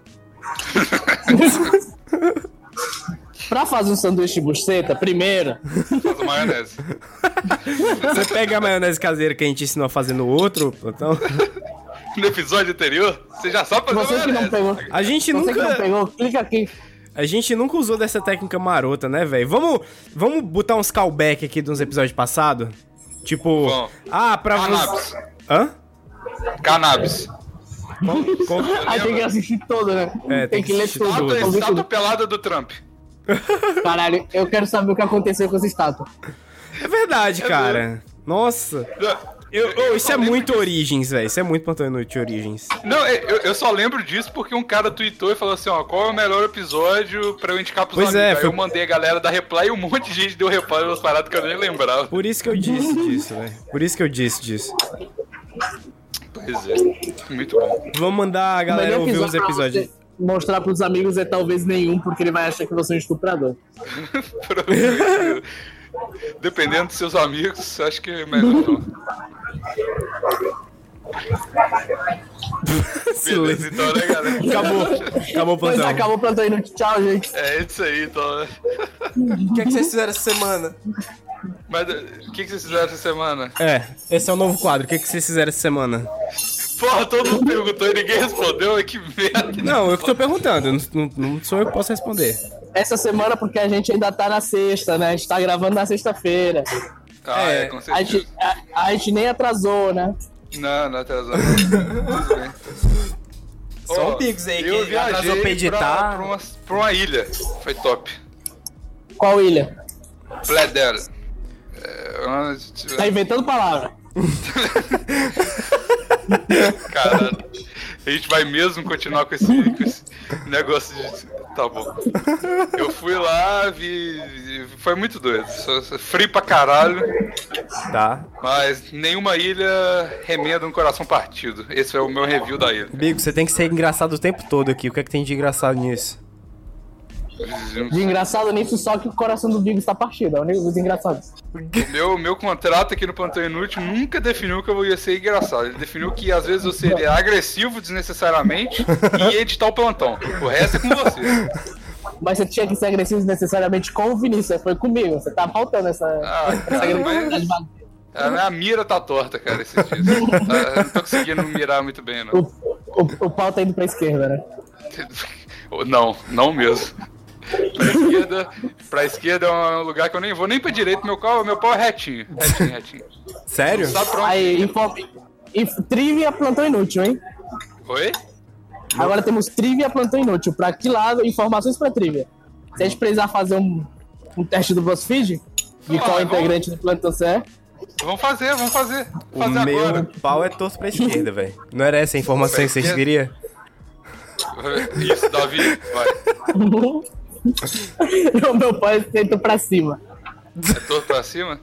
[SPEAKER 6] Pra fazer um sanduíche de buceta, primeiro,
[SPEAKER 3] Faz maionese.
[SPEAKER 7] Você pega a maionese caseira que a gente ensinou a fazer no outro então, plantão.
[SPEAKER 3] No episódio anterior, você já sabe fazer
[SPEAKER 6] você que não
[SPEAKER 3] maionese.
[SPEAKER 6] pegou,
[SPEAKER 7] A gente
[SPEAKER 6] Então você que não
[SPEAKER 7] nunca,
[SPEAKER 6] pegou, clica aqui.
[SPEAKER 7] a gente nunca usou dessa técnica marota, né, velho? Vamos, vamos botar uns callback aqui de uns episódios passados? Tipo,
[SPEAKER 3] Vamos.
[SPEAKER 7] ah, pra
[SPEAKER 3] Cannabis.
[SPEAKER 7] você... Hã?
[SPEAKER 3] Cannabis.
[SPEAKER 7] Qual-
[SPEAKER 6] Aí tem que assistir todo, né?
[SPEAKER 7] É,
[SPEAKER 6] tem,
[SPEAKER 7] tem
[SPEAKER 6] que
[SPEAKER 7] que
[SPEAKER 6] ler
[SPEAKER 7] assistir
[SPEAKER 6] tudo.
[SPEAKER 7] tudo.
[SPEAKER 3] Estátua,
[SPEAKER 6] ouvir
[SPEAKER 3] estátua
[SPEAKER 6] tudo.
[SPEAKER 3] Então, pelada do Trump.
[SPEAKER 6] Caralho, eu quero saber o que aconteceu com essa estátua.
[SPEAKER 7] É verdade, cara. Nossa. Eu, oh, isso é muito Origins, velho. Isso é muito Plantão Inútil Origins.
[SPEAKER 3] Não, eu, eu só lembro disso porque um cara tweetou e falou assim, ó, qual é o melhor episódio pra eu indicar pros
[SPEAKER 7] Pois é,
[SPEAKER 3] amigos? Aí
[SPEAKER 7] foi-
[SPEAKER 3] eu mandei a galera da Reply e um monte de gente deu reply nas paradas que eu nem lembrava.
[SPEAKER 7] Por isso que eu disse disso, velho. Por isso que eu disse disso.
[SPEAKER 3] Pois é, muito bom.
[SPEAKER 7] Vamos mandar a
[SPEAKER 6] O
[SPEAKER 7] galera
[SPEAKER 6] melhor
[SPEAKER 7] ouvir os
[SPEAKER 6] episódio pra
[SPEAKER 7] episódios.
[SPEAKER 6] você Mostrar pros amigos é talvez nenhum, porque ele vai achar que você é um estuprador.
[SPEAKER 3] Dependendo dos seus amigos, acho que é melhor não. Beleza,
[SPEAKER 7] Tá Silêncio.
[SPEAKER 3] então, né, galera?
[SPEAKER 7] Acabou. Acabou o
[SPEAKER 6] Pois
[SPEAKER 7] plantão.
[SPEAKER 6] acabou o plantão inútil. Tchau, gente.
[SPEAKER 3] É isso aí, então. né?
[SPEAKER 7] O que, é que vocês fizeram essa semana?
[SPEAKER 3] Mas eh, o que, que vocês fizeram essa semana?
[SPEAKER 7] É, esse é o novo quadro. O que, é que vocês fizeram essa semana?
[SPEAKER 3] Porra, todo mundo perguntou e ninguém respondeu, que merda.
[SPEAKER 7] Não, eu que tô perguntando. Não, não- não sou eu que posso responder.
[SPEAKER 6] Essa semana, porque a gente ainda tá na sexta, né? A gente tá gravando na sexta-feira.
[SPEAKER 3] Ah, é,
[SPEAKER 7] É,
[SPEAKER 3] com
[SPEAKER 6] A
[SPEAKER 3] certeza.
[SPEAKER 6] gente, a, a gente nem atrasou, né?
[SPEAKER 3] Não, não atrasou. não. Tudo bem.
[SPEAKER 7] Só
[SPEAKER 3] Ó,
[SPEAKER 7] o Bigos aí,
[SPEAKER 3] eu
[SPEAKER 7] que atrasou pra
[SPEAKER 3] viajei
[SPEAKER 7] editar.
[SPEAKER 3] Pra, pra uma, pra uma ilha. Foi top.
[SPEAKER 6] Qual ilha?
[SPEAKER 3] Pledel. É, uma-
[SPEAKER 6] Tá inventando palavra.
[SPEAKER 3] Caralho. A gente vai mesmo continuar com esse, com esse negócio de. Tá bom. Eu fui lá, vi. Foi muito doido. Só- só- Frio pra caralho,
[SPEAKER 7] Tá.
[SPEAKER 3] mas nenhuma ilha remenda um coração partido. Esse é o meu review da ilha.
[SPEAKER 7] Bigo, você tem que ser engraçado o tempo todo aqui. O que é que tem de engraçado nisso?
[SPEAKER 6] De engraçado nisso, só que o coração do Bigos tá partido. É o único coisa engraçado.
[SPEAKER 3] Meu, meu contrato aqui no Plantão Inútil nunca definiu que eu ia ser engraçado. Ele definiu que às vezes eu seria agressivo desnecessariamente e ia editar o plantão. O resto é com você.
[SPEAKER 6] Mas você tinha que ser agressivo necessariamente com o Vinícius. Foi comigo. Você tá faltando essa,
[SPEAKER 3] Ah,
[SPEAKER 6] essa
[SPEAKER 3] cara,
[SPEAKER 6] agressividade.
[SPEAKER 3] mas a minha mira tá torta, cara, esses dias. Ah, eu não tô conseguindo mirar muito bem,
[SPEAKER 6] O,
[SPEAKER 3] não.
[SPEAKER 6] o, o pau tá indo pra esquerda, né?
[SPEAKER 3] Não, não mesmo. Pra esquerda, pra esquerda é um lugar que eu nem vou nem pra direita, meu pau, meu pau é retinho. Retinho, retinho. Tá
[SPEAKER 7] Sério?
[SPEAKER 3] Sabe pra onde?
[SPEAKER 6] Aí, info... inf- Trivia plantão inútil, hein?
[SPEAKER 3] Oi?
[SPEAKER 6] Agora temos trivia plantão inútil. Pra que lado? Informações pra trivia. Se a gente precisar fazer um, um teste do BuzzFeed, de
[SPEAKER 3] Ah,
[SPEAKER 6] qual
[SPEAKER 3] vamos-
[SPEAKER 6] integrante do plantão você é,
[SPEAKER 3] Vamos fazer, vamos fazer.
[SPEAKER 7] O
[SPEAKER 3] Fazer
[SPEAKER 7] meu
[SPEAKER 3] agora.
[SPEAKER 7] pau é torto pra esquerda, velho. Não era essa a informação que vocês
[SPEAKER 3] Pra
[SPEAKER 7] queriam?
[SPEAKER 3] Isso, Davi, vai.
[SPEAKER 6] o meu pai senta pra cima.
[SPEAKER 3] Torto pra cima?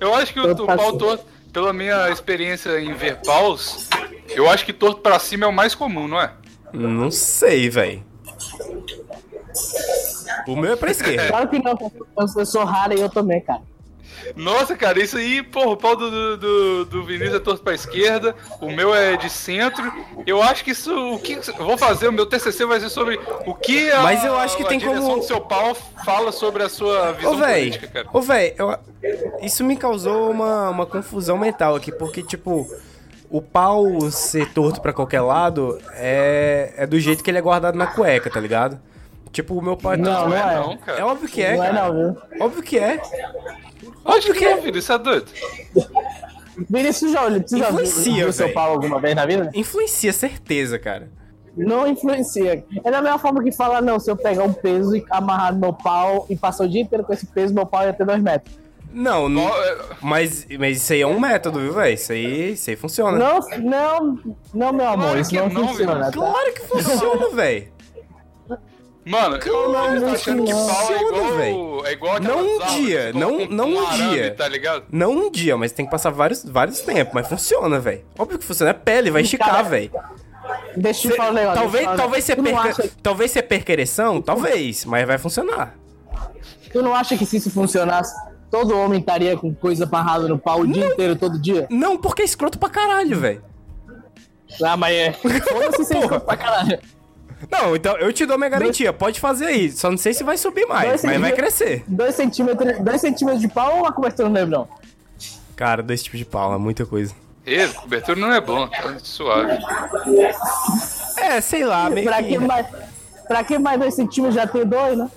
[SPEAKER 3] Eu acho que o,
[SPEAKER 6] Torto
[SPEAKER 3] o
[SPEAKER 6] pra
[SPEAKER 3] pau
[SPEAKER 6] cima.
[SPEAKER 3] torto, pela minha experiência em ver paus, eu acho que torto pra cima é o mais comum, não é?
[SPEAKER 7] Não sei, velho. O meu é pra esquerda.
[SPEAKER 6] Claro que não, eu, eu sou raro e eu também, cara.
[SPEAKER 3] Nossa, cara, isso aí, porra, o pau do, do, do- do Vinícius é torto pra esquerda, o meu é de centro. Eu acho que isso. O que. eu Vou fazer, o meu TCC vai ser sobre o que a,
[SPEAKER 7] Mas eu acho que
[SPEAKER 3] a
[SPEAKER 7] tem
[SPEAKER 3] direção
[SPEAKER 7] como-
[SPEAKER 3] do seu pau fala sobre a sua visão
[SPEAKER 7] Ô, véi,
[SPEAKER 3] política, cara.
[SPEAKER 7] ô, véi, eu- isso me causou uma, uma confusão mental aqui, porque, tipo, o pau ser torto pra qualquer lado é, é do jeito que ele é guardado na cueca, tá ligado? Tipo, o meu pau é
[SPEAKER 6] Não,
[SPEAKER 7] torto-
[SPEAKER 6] não é.
[SPEAKER 3] Não, cara.
[SPEAKER 7] É óbvio que é,
[SPEAKER 6] não é
[SPEAKER 7] cara.
[SPEAKER 6] não, viu?
[SPEAKER 7] Óbvio que é.
[SPEAKER 3] Lógico que é, filho, isso é doido.
[SPEAKER 6] Vinícius já olhou, tu já viu,
[SPEAKER 7] Influencia,
[SPEAKER 6] viu seu
[SPEAKER 7] velho.
[SPEAKER 6] pau alguma vez na vida?
[SPEAKER 7] Influencia, certeza, cara.
[SPEAKER 6] Não influencia. É da mesma forma que fala, não, se eu pegar um peso e amarrar no meu pau e passar o dia inteiro com esse peso, meu pau ia ter dois metros.
[SPEAKER 7] Não, não.
[SPEAKER 3] Ó, é-
[SPEAKER 7] Mas, mas isso aí é um método, viu, velho? Isso aí, isso aí funciona.
[SPEAKER 6] Não, não, não, meu amor,
[SPEAKER 3] Claro
[SPEAKER 6] isso
[SPEAKER 3] que
[SPEAKER 6] não,
[SPEAKER 3] não,
[SPEAKER 6] funciona, tá?
[SPEAKER 7] Claro que funciona, velho.
[SPEAKER 3] Mano, eu
[SPEAKER 6] Caralho,
[SPEAKER 3] eu tô achando que
[SPEAKER 6] que
[SPEAKER 3] pau é
[SPEAKER 7] absurdo,
[SPEAKER 3] igual.
[SPEAKER 7] véi.
[SPEAKER 3] É igual aquelas
[SPEAKER 7] Não um
[SPEAKER 3] árvores que
[SPEAKER 7] dia,
[SPEAKER 3] estão
[SPEAKER 7] não-
[SPEAKER 3] com-
[SPEAKER 7] não
[SPEAKER 3] com
[SPEAKER 7] um
[SPEAKER 3] arame,
[SPEAKER 7] dia.
[SPEAKER 3] Tá ligado?
[SPEAKER 7] Não um dia, mas tem que passar vários, vários tempos. Mas funciona, velho. Óbvio que funciona. É pele, vai esticar,
[SPEAKER 6] Cara,
[SPEAKER 7] velho.
[SPEAKER 6] Deixa eu te falar um negócio.
[SPEAKER 7] Talvez,
[SPEAKER 6] deixa eu te falar um
[SPEAKER 7] talvez, você
[SPEAKER 6] negócio. Tu não
[SPEAKER 7] perca,
[SPEAKER 6] acha-
[SPEAKER 7] talvez você perca ereção? Talvez, mas vai funcionar.
[SPEAKER 6] Tu não acha que se isso funcionasse, todo homem estaria com coisa amarrada no pau o dia inteiro, todo dia?
[SPEAKER 7] Não, porque é escroto pra caralho, velho.
[SPEAKER 6] Ah, mas é. Foda-se sem
[SPEAKER 7] Porra.
[SPEAKER 6] pra caralho.
[SPEAKER 7] Não, então eu te dou minha garantia. Pode fazer aí. Só não sei se vai subir mais, mas
[SPEAKER 6] Dois
[SPEAKER 7] vai
[SPEAKER 6] centímetros-
[SPEAKER 7] crescer.
[SPEAKER 6] Dois centímetros, dois centímetros de pau ou a cobertura não lembro, não?
[SPEAKER 7] Cara, dois tipos de pau é muita coisa.
[SPEAKER 3] Ê, cobertura não é bom, tá suave.
[SPEAKER 7] É, sei lá, meio
[SPEAKER 6] Pra
[SPEAKER 7] que...
[SPEAKER 6] quem mais, pra quem mais dois centímetros já tem dois, né?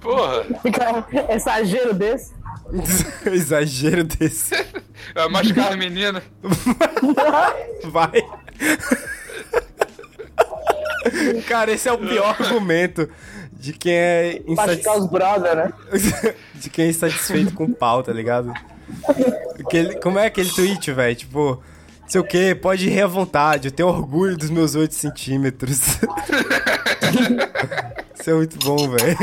[SPEAKER 3] Porra,
[SPEAKER 6] Fica exagero desse.
[SPEAKER 7] Exagero desse.
[SPEAKER 3] vai machucar a menina.
[SPEAKER 7] Vai. Cara, esse é o pior argumento de quem é insatis...
[SPEAKER 6] Machucar os brother, né?
[SPEAKER 7] de quem é insatisfeito com o pau, tá ligado? Aquele- Como é aquele tweet, velho? Tipo, não sei o que, pode rir à vontade, eu tenho orgulho dos meus 8 centímetros. Isso é muito bom, velho.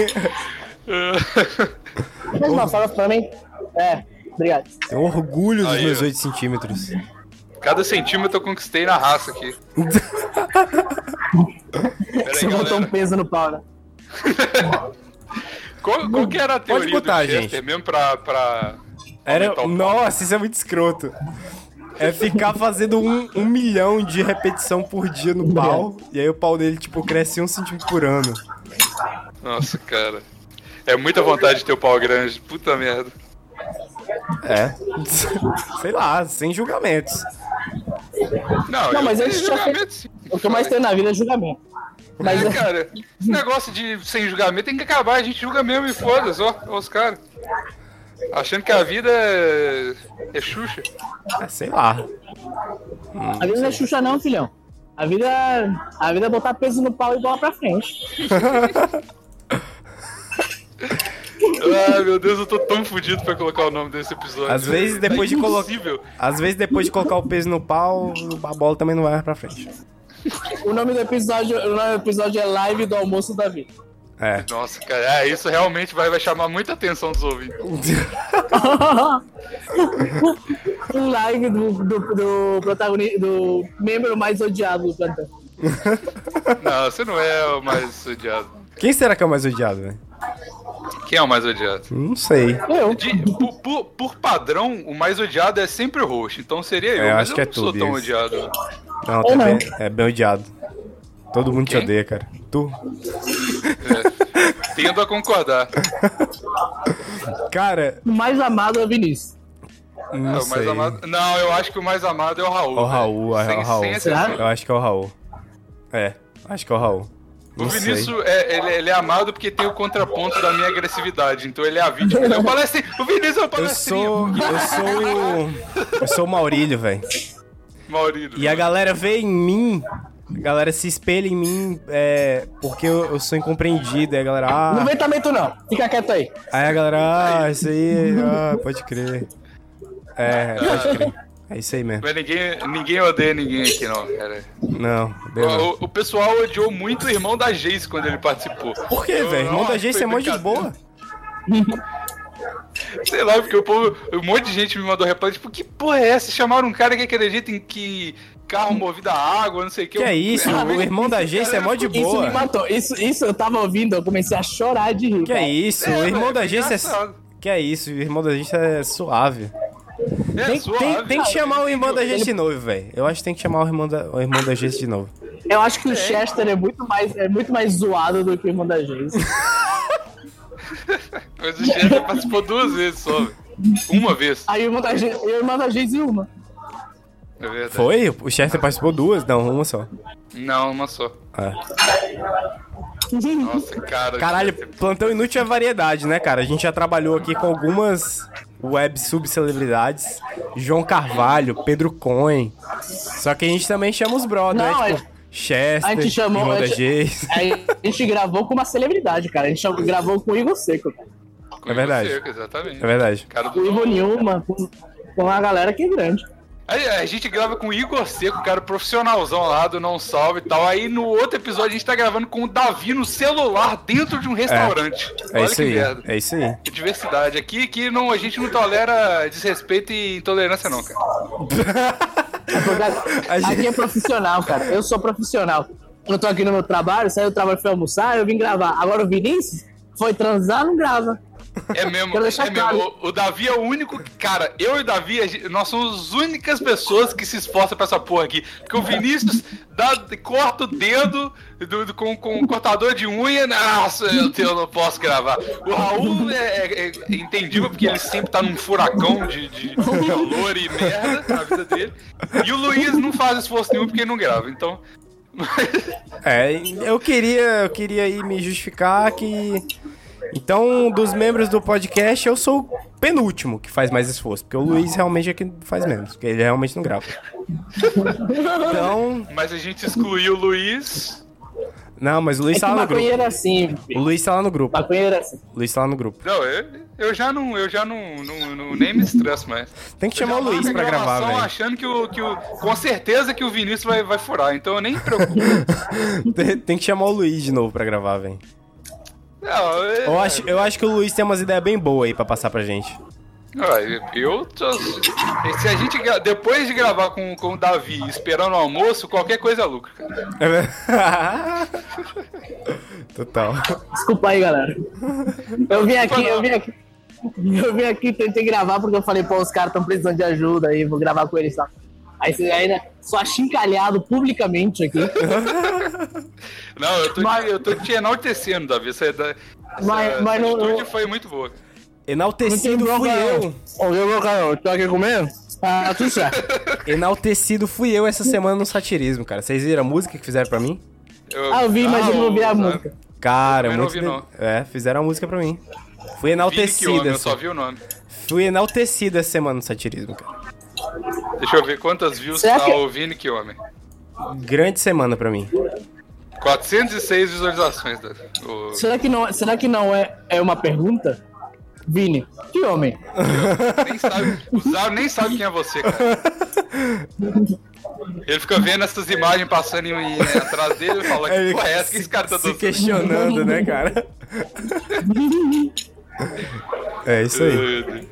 [SPEAKER 6] Mas uma fala pra mim. É, obrigado.
[SPEAKER 7] Tenho orgulho dos
[SPEAKER 3] Aí,
[SPEAKER 7] meus
[SPEAKER 3] ó.
[SPEAKER 7] 8 centímetros.
[SPEAKER 3] Cada centímetro eu conquistei na raça aqui. Peraí,
[SPEAKER 6] Você botou um
[SPEAKER 3] galera.
[SPEAKER 6] peso no pau, né?
[SPEAKER 3] Qual, qual que era a teoria
[SPEAKER 7] botar,
[SPEAKER 3] do Chester
[SPEAKER 7] gente.
[SPEAKER 3] mesmo pra... pra...
[SPEAKER 7] Era.
[SPEAKER 3] aumentar o pau?
[SPEAKER 7] Nossa, isso é muito escroto. É ficar fazendo um, um milhão de repetição por dia no pau. E aí o pau dele, tipo, cresce um centímetro por ano.
[SPEAKER 3] Nossa, cara. É muita vontade de ter o pau grande. Puta merda.
[SPEAKER 7] É. Sei lá, sem julgamentos.
[SPEAKER 3] Não, eu
[SPEAKER 6] mas
[SPEAKER 3] tenho
[SPEAKER 6] esse já
[SPEAKER 3] julgamento sim.
[SPEAKER 6] O que eu mais tenho na vida é julgamento. Mas
[SPEAKER 3] É, cara, esse negócio de sem julgamento tem que acabar, a gente julga mesmo e foda-se, ó, ó os caras. Achando que a vida é. é Xuxa.
[SPEAKER 7] É, sei lá.
[SPEAKER 6] a vida não é Xuxa, não, filhão. A vida, a vida é botar peso no pau e bola pra frente.
[SPEAKER 3] Ah, meu Deus, eu tô tão fudido pra colocar o nome desse episódio. É
[SPEAKER 7] Às vezes, depois de colocar.
[SPEAKER 3] impossível.
[SPEAKER 7] Às vezes, depois de colocar o peso no pau, a bola também não vai mais pra frente.
[SPEAKER 6] O nome do episódio, o nome do episódio é Live do Almoço da Vida.
[SPEAKER 7] É.
[SPEAKER 3] Nossa, cara, é, isso realmente vai, vai chamar muita atenção dos ouvintes.
[SPEAKER 6] Um live do, do, do protagonista, do membro mais odiado do plantão.
[SPEAKER 3] Não, você não é o mais odiado.
[SPEAKER 7] Quem será que é o mais odiado, velho?
[SPEAKER 3] Quem é o mais odiado?
[SPEAKER 7] Não sei.
[SPEAKER 6] Eu.
[SPEAKER 3] De- por, por- por padrão, o mais odiado é sempre o roxo, então seria eu,
[SPEAKER 7] É, eu
[SPEAKER 3] mas
[SPEAKER 7] acho
[SPEAKER 3] eu
[SPEAKER 7] que é
[SPEAKER 3] não sou
[SPEAKER 7] tudo
[SPEAKER 3] tão
[SPEAKER 7] isso.
[SPEAKER 3] odiado.
[SPEAKER 7] Não,
[SPEAKER 6] Ou
[SPEAKER 7] tá
[SPEAKER 6] não.
[SPEAKER 7] bem, é bem odiado. Todo mundo te
[SPEAKER 3] Quem?
[SPEAKER 7] odeia, cara. Tu.
[SPEAKER 3] Tendo a concordar.
[SPEAKER 7] Cara,
[SPEAKER 6] O mais amado é o Vinícius.
[SPEAKER 7] não
[SPEAKER 3] É, o
[SPEAKER 7] sei.
[SPEAKER 3] mais amado- Não, eu acho que o mais amado é o Raul.
[SPEAKER 7] O
[SPEAKER 3] velho.
[SPEAKER 7] Raul, é
[SPEAKER 3] Sem-
[SPEAKER 7] o Raul.
[SPEAKER 3] sem exceção.
[SPEAKER 6] Será?
[SPEAKER 7] Eu acho que é o Raul. É, acho que é o Raul.
[SPEAKER 3] O
[SPEAKER 7] Não sei.
[SPEAKER 3] Vinícius é, ele, ele é amado porque tem o contraponto da minha agressividade. Então ele é a vítima. Ele é o palestrinho. O Vinícius é o
[SPEAKER 7] Eu
[SPEAKER 3] palestrinho.
[SPEAKER 7] sou. Eu sou. Eu sou o Maurílio, velho.
[SPEAKER 3] Maurílio.
[SPEAKER 7] E a galera vê em mim. A galera se espelha em mim é, porque eu, eu sou incompreendido. Aí a galera.
[SPEAKER 6] Não
[SPEAKER 7] Ah,
[SPEAKER 6] vem também tu não. Fica quieto aí.
[SPEAKER 7] aí a
[SPEAKER 3] é
[SPEAKER 7] galera. Ah, isso aí. Ah, pode crer. É, pode crer. É isso aí mesmo.
[SPEAKER 3] Mas ninguém, ninguém odeia ninguém aqui, não, cara.
[SPEAKER 7] Não, deu não.
[SPEAKER 3] O, o pessoal odiou muito o irmão da Jace quando ele participou.
[SPEAKER 7] Por quê,
[SPEAKER 3] Eu-
[SPEAKER 7] velho? Irmão da
[SPEAKER 3] nossa,
[SPEAKER 7] gente
[SPEAKER 3] foi
[SPEAKER 7] é mó de
[SPEAKER 3] brincadeira.
[SPEAKER 7] boa.
[SPEAKER 3] Sei lá, porque o povo. Um monte de gente me mandou reply, tipo, que porra é essa? Chamaram um cara que acredita em que. carro movido a água, não sei o que.
[SPEAKER 7] Que
[SPEAKER 3] Eu- "Ah,
[SPEAKER 7] é isso? O
[SPEAKER 3] Realmente-
[SPEAKER 7] irmão da Geice é mó de
[SPEAKER 6] Isso
[SPEAKER 7] boa.
[SPEAKER 6] me matou. Isso, isso eu tava ouvindo, eu comecei a chorar de rir.
[SPEAKER 7] Que é isso?
[SPEAKER 3] É,
[SPEAKER 7] O
[SPEAKER 3] velho,
[SPEAKER 7] irmão da
[SPEAKER 3] é
[SPEAKER 7] Geice é.
[SPEAKER 3] engraçado.
[SPEAKER 7] Que é isso? O irmão da gente é suave.
[SPEAKER 3] É
[SPEAKER 7] Tem,
[SPEAKER 3] suave,
[SPEAKER 7] tem- tem que
[SPEAKER 3] cara.
[SPEAKER 7] chamar o irmão da gente de novo, velho. Eu acho que tem que chamar o irmão da, o irmão da gente de novo.
[SPEAKER 6] Eu acho que o Chester é muito mais, é muito mais zoado do que o irmão da gente.
[SPEAKER 3] Mas o Chester participou duas vezes só. velho. Uma vez.
[SPEAKER 6] Aí o irmão da gente, o irmão da Geise e uma.
[SPEAKER 3] É verdade.
[SPEAKER 7] Foi? O Chester participou duas? Não, uma só.
[SPEAKER 3] Não, uma só.
[SPEAKER 7] É.
[SPEAKER 3] Nossa, cara.
[SPEAKER 7] Caralho,
[SPEAKER 3] Chester-
[SPEAKER 7] plantão inútil é variedade, né, cara? A gente já trabalhou aqui com algumas web subcelebridades. João Carvalho, Pedro Cohen. Só que a gente também chama os brothers,
[SPEAKER 6] Não,
[SPEAKER 7] né? Tipo, Chester,
[SPEAKER 6] a gente chamou-
[SPEAKER 7] irmão
[SPEAKER 6] a
[SPEAKER 7] da
[SPEAKER 6] gente-
[SPEAKER 7] Geice.
[SPEAKER 6] Aí a gente gravou com uma celebridade, cara. A gente chamou- gravou com o Igor Seco, cara.
[SPEAKER 3] com
[SPEAKER 7] é verdade.
[SPEAKER 3] você, exatamente.
[SPEAKER 7] É verdade.
[SPEAKER 3] Cara do
[SPEAKER 6] com o Igor Nilma, com, com a galera que é grande.
[SPEAKER 3] Aí, a gente grava com o Igor Seco, cara, profissionalzão lá do Não Salve e tal. Aí no outro episódio a gente tá gravando com o Davi no celular dentro de um restaurante.
[SPEAKER 7] É
[SPEAKER 3] Olha
[SPEAKER 7] isso
[SPEAKER 3] que
[SPEAKER 7] aí.
[SPEAKER 3] merda.
[SPEAKER 7] É isso aí.
[SPEAKER 3] Que Diversidade aqui que não, a gente não tolera desrespeito e intolerância, não, cara.
[SPEAKER 7] A gente-
[SPEAKER 6] Aqui é profissional, cara. Eu sou profissional. Eu tô aqui no meu trabalho, saí do trabalho, fui almoçar, eu vim gravar. Agora o Vinícius foi transar, não grava.
[SPEAKER 3] É mesmo,
[SPEAKER 6] Quero deixar
[SPEAKER 3] é mesmo.
[SPEAKER 6] claro.
[SPEAKER 3] O, o Davi é o único. que- Cara, eu e o Davi, a gente- nós somos as únicas pessoas que se esforçam pra essa porra aqui. Porque o Vinícius dá, corta o dedo do- do- com, com um cortador de unha. Nossa, eu, te- eu não posso gravar. O Raul é, é- é entendível porque ele sempre tá num furacão de, de calor e merda na vida dele. E o Luiz não faz esforço nenhum porque ele não grava. Então.
[SPEAKER 7] É, eu queria, eu queria aí me justificar que. Então, dos membros do podcast, eu sou o penúltimo que faz mais esforço. Porque o Luiz realmente é que faz menos. Porque ele realmente não grava. Então.
[SPEAKER 3] Mas a gente excluiu o Luiz.
[SPEAKER 7] Não, mas o Luiz
[SPEAKER 6] É que
[SPEAKER 7] tá lá no grupo.
[SPEAKER 6] maconheiro é assim,
[SPEAKER 7] O Luiz tá lá no grupo.
[SPEAKER 6] maconheiro é assim.
[SPEAKER 7] O Luiz tá lá no grupo.
[SPEAKER 3] Não, eu, eu já não, eu já não, não, não nem me estresso mais.
[SPEAKER 7] Tem que chamar o
[SPEAKER 3] Já
[SPEAKER 7] Luiz
[SPEAKER 3] marca
[SPEAKER 7] pra
[SPEAKER 3] a
[SPEAKER 7] gravar,
[SPEAKER 3] gravação
[SPEAKER 7] velho.
[SPEAKER 3] achando que o, que o. Com certeza que o Vinícius vai, vai furar, então eu nem me preocupo.
[SPEAKER 7] Tem- Tem que chamar o Luiz de novo pra gravar, velho.
[SPEAKER 3] Não, é-
[SPEAKER 7] Eu acho, eu acho que o Luiz tem umas ideias bem boas aí pra passar pra gente.
[SPEAKER 3] Ah, eu tô- Se a gente. gra- Depois de gravar com, com o Davi esperando o almoço, qualquer coisa é lucro, cara.
[SPEAKER 7] É verdade. Total.
[SPEAKER 6] Desculpa aí, galera. Eu vim aqui, eu vim aqui. Eu vim aqui, tentei gravar porque eu falei, pô, os caras estão precisando de ajuda aí, vou gravar com eles, tá? Aí você ainda sou achincalhado publicamente aqui.
[SPEAKER 3] Não, eu tô, te-
[SPEAKER 6] Mas-
[SPEAKER 3] eu tô te enaltecendo, Davi. Essa, essa
[SPEAKER 6] Mas- mas não-
[SPEAKER 3] atitude
[SPEAKER 6] não-
[SPEAKER 3] foi muito boa.
[SPEAKER 7] Enaltecido fui eu.
[SPEAKER 6] Ouviu, meu carão? Tô aqui comendo? Ah, tudo certo.
[SPEAKER 7] Enaltecido fui eu essa semana no satirismo, cara. Vocês viram a música que fizeram pra mim?
[SPEAKER 3] Eu,
[SPEAKER 6] Ah, eu vi, mas eu não ouvi
[SPEAKER 7] tá.
[SPEAKER 6] a
[SPEAKER 3] sabe?
[SPEAKER 6] música.
[SPEAKER 7] Cara,
[SPEAKER 3] Eu
[SPEAKER 7] muito.
[SPEAKER 3] também não ouvi,
[SPEAKER 7] de- É, fizeram a música pra mim. Fui
[SPEAKER 3] Vi que homem,
[SPEAKER 7] enaltecido.
[SPEAKER 3] eu
[SPEAKER 7] essa-
[SPEAKER 3] só vi o nome.
[SPEAKER 7] Fui enaltecido essa semana no satirismo, cara.
[SPEAKER 3] Deixa eu ver quantas views
[SPEAKER 6] Será
[SPEAKER 3] tá
[SPEAKER 6] que-
[SPEAKER 3] o Vini que homem.
[SPEAKER 7] Grande semana pra mim.
[SPEAKER 3] 406 visualizações. Davi. O-
[SPEAKER 6] Será que não, será que não é, é uma pergunta? Vini, que homem?
[SPEAKER 3] nem sabe, o Zaro nem sabe quem é você, cara. Ele fica vendo essas imagens passando em, em- atrás dele e fala, que porra é essa que esse cara tá
[SPEAKER 7] se
[SPEAKER 3] dançando?
[SPEAKER 7] questionando, né, cara? é isso aí.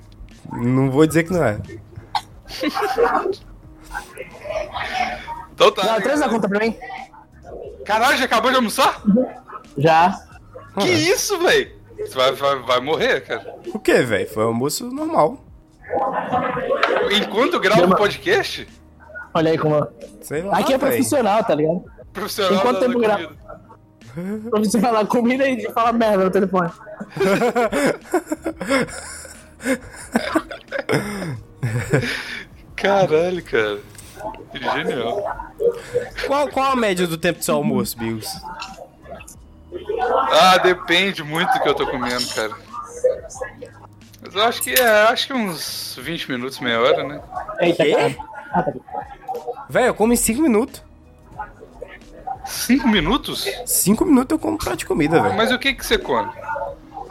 [SPEAKER 7] Não vou dizer que não é.
[SPEAKER 3] Então tá.
[SPEAKER 6] Não, traz a conta pra mim.
[SPEAKER 3] Caralho, já acabou de almoçar?
[SPEAKER 6] Já.
[SPEAKER 3] Que isso, velho? Você vai, vai, vai morrer, cara.
[SPEAKER 7] O que, velho? Foi um almoço normal.
[SPEAKER 3] Enquanto grava o podcast,
[SPEAKER 6] Olha aí como.
[SPEAKER 7] Sei lá.
[SPEAKER 6] Aqui é
[SPEAKER 7] véi.
[SPEAKER 6] profissional, tá ligado?
[SPEAKER 3] profissional
[SPEAKER 6] Enquanto
[SPEAKER 3] da,
[SPEAKER 6] tempo
[SPEAKER 3] da
[SPEAKER 6] grava.
[SPEAKER 3] comida.
[SPEAKER 6] Profissional da comida e fala merda no telefone.
[SPEAKER 3] Caralho, cara. Genial.
[SPEAKER 7] Qual, qual a média do tempo do seu almoço, Bills?
[SPEAKER 3] Ah, depende muito do que eu tô comendo, cara. Mas eu acho que é, acho que uns 20 minutos, meia hora, né?
[SPEAKER 6] Eita,
[SPEAKER 7] Quê?
[SPEAKER 6] cara. Ah, tá aqui.
[SPEAKER 7] Velho, eu como em 5 minutos.
[SPEAKER 3] 5 minutos?
[SPEAKER 7] 5 minutos eu como prato de comida, velho.
[SPEAKER 3] Mas o que que você come?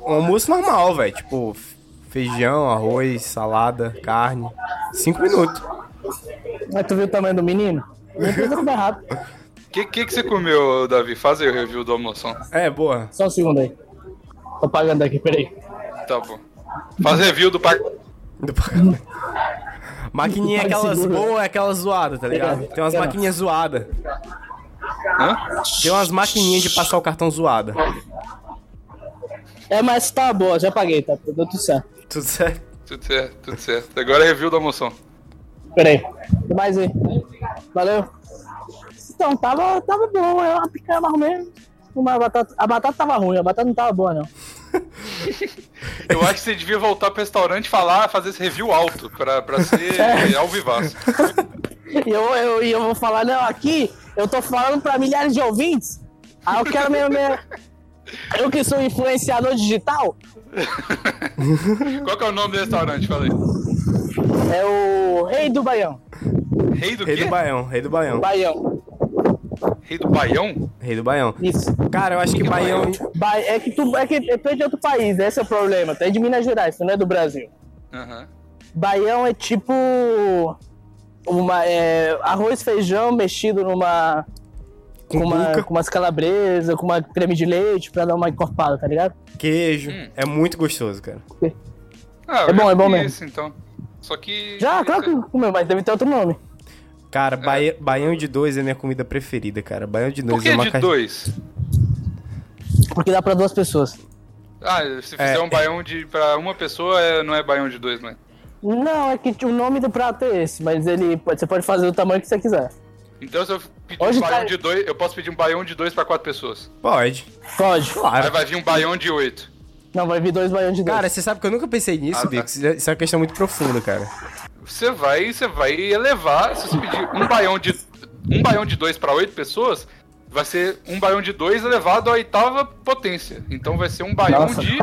[SPEAKER 7] Um almoço normal, velho. Tipo, f- feijão, arroz, salada, carne. 5 minutos.
[SPEAKER 6] Mas tu viu o tamanho do menino? tá Não precisa comer rápido.
[SPEAKER 3] O que, que que você comeu, Davi? Faz aí o review do almoção.
[SPEAKER 7] É, boa.
[SPEAKER 6] Só um segundo aí. Tô pagando aqui, peraí.
[SPEAKER 3] Tá bom. Faz review do pac...
[SPEAKER 7] Do pra caralho. Maquininha é aquelas
[SPEAKER 6] Seguro. É,
[SPEAKER 7] boas, é aquelas zoadas, tá ligado? Tem umas
[SPEAKER 6] Pera.
[SPEAKER 7] maquininhas zoadas.
[SPEAKER 3] Hã?
[SPEAKER 7] Tem umas maquininhas de passar o cartão zoada.
[SPEAKER 6] É, mas tá boa, já paguei, tá? Deu tudo certo.
[SPEAKER 7] Tudo certo?
[SPEAKER 3] Tudo certo, tudo certo. Agora é review da moção.
[SPEAKER 6] Peraí. Tem mais aí. Valeu. Então, tava, tava bom. Eu, a picanha mais ou menos. Uma batata, a batata tava ruim, a batata não tava boa, não.
[SPEAKER 3] Eu acho que você devia voltar pro restaurante e falar, fazer esse review alto, pra, pra ser ao vivaço.
[SPEAKER 6] E eu, eu, e eu vou falar, não, aqui eu tô falando pra milhares de ouvintes. Aí eu quero mesmo. mesmo- Eu que sou influenciador digital,
[SPEAKER 3] Qual que é o nome do restaurante? Falei.
[SPEAKER 6] é o rei do Baião.
[SPEAKER 3] Rei do
[SPEAKER 7] Rei
[SPEAKER 3] quê?
[SPEAKER 7] do Baião, rei do Baião,
[SPEAKER 6] Baião.
[SPEAKER 3] Rei do Baião?
[SPEAKER 7] rei do Baião.
[SPEAKER 6] Isso.
[SPEAKER 7] Cara, eu acho que Baião.
[SPEAKER 6] Ba- É que tu é que tu é de outro país, esse é o problema. Tu é de Minas Gerais, tu não é do Brasil.
[SPEAKER 3] Aham.
[SPEAKER 6] Baião é tipo uma é, arroz feijão mexido numa com, uma,
[SPEAKER 7] cuca.
[SPEAKER 6] com umas calabresas, com uma creme de leite pra dar uma encorpada, tá ligado?
[SPEAKER 7] Queijo.
[SPEAKER 3] Hum.
[SPEAKER 7] É muito gostoso, cara.
[SPEAKER 3] Ah,
[SPEAKER 6] É bom,
[SPEAKER 3] eu
[SPEAKER 6] é bom
[SPEAKER 3] comi
[SPEAKER 6] mesmo.
[SPEAKER 3] esse, então. Só que. é
[SPEAKER 6] Já, claro que comeu, mas deve ter outro nome.
[SPEAKER 7] Cara, baia- baião de dois é minha comida preferida, cara. Baião de
[SPEAKER 3] Por
[SPEAKER 7] dois
[SPEAKER 3] que
[SPEAKER 7] é uma
[SPEAKER 3] de
[SPEAKER 7] ca-
[SPEAKER 3] dois?
[SPEAKER 6] Porque dá pra duas pessoas.
[SPEAKER 3] Ah, se fizer
[SPEAKER 7] É.
[SPEAKER 3] um baião de pra uma pessoa, é- não é baião de dois, né?
[SPEAKER 6] Não, é que o nome do prato é esse, mas ele pode- você pode fazer do tamanho que você quiser.
[SPEAKER 3] Então se eu pedir
[SPEAKER 6] Hoje
[SPEAKER 3] um baião
[SPEAKER 6] tá-
[SPEAKER 3] de dois, eu posso pedir um baião de dois pra quatro pessoas.
[SPEAKER 7] Pode.
[SPEAKER 6] Pode.
[SPEAKER 3] Aí
[SPEAKER 7] Claro.
[SPEAKER 3] vai vir um baião de oito.
[SPEAKER 6] Não, vai vir dois baiões de dois.
[SPEAKER 7] Cara, você sabe que eu nunca pensei nisso,
[SPEAKER 3] Ah, tá.
[SPEAKER 7] Bico. Isso é uma questão muito profunda, cara.
[SPEAKER 3] Você vai, você vai elevar, se você pedir um baião de um baião de dois pra oito pessoas, vai ser um baião de dois elevado à oitava potência. Então vai ser um baião
[SPEAKER 6] Nossa.
[SPEAKER 3] de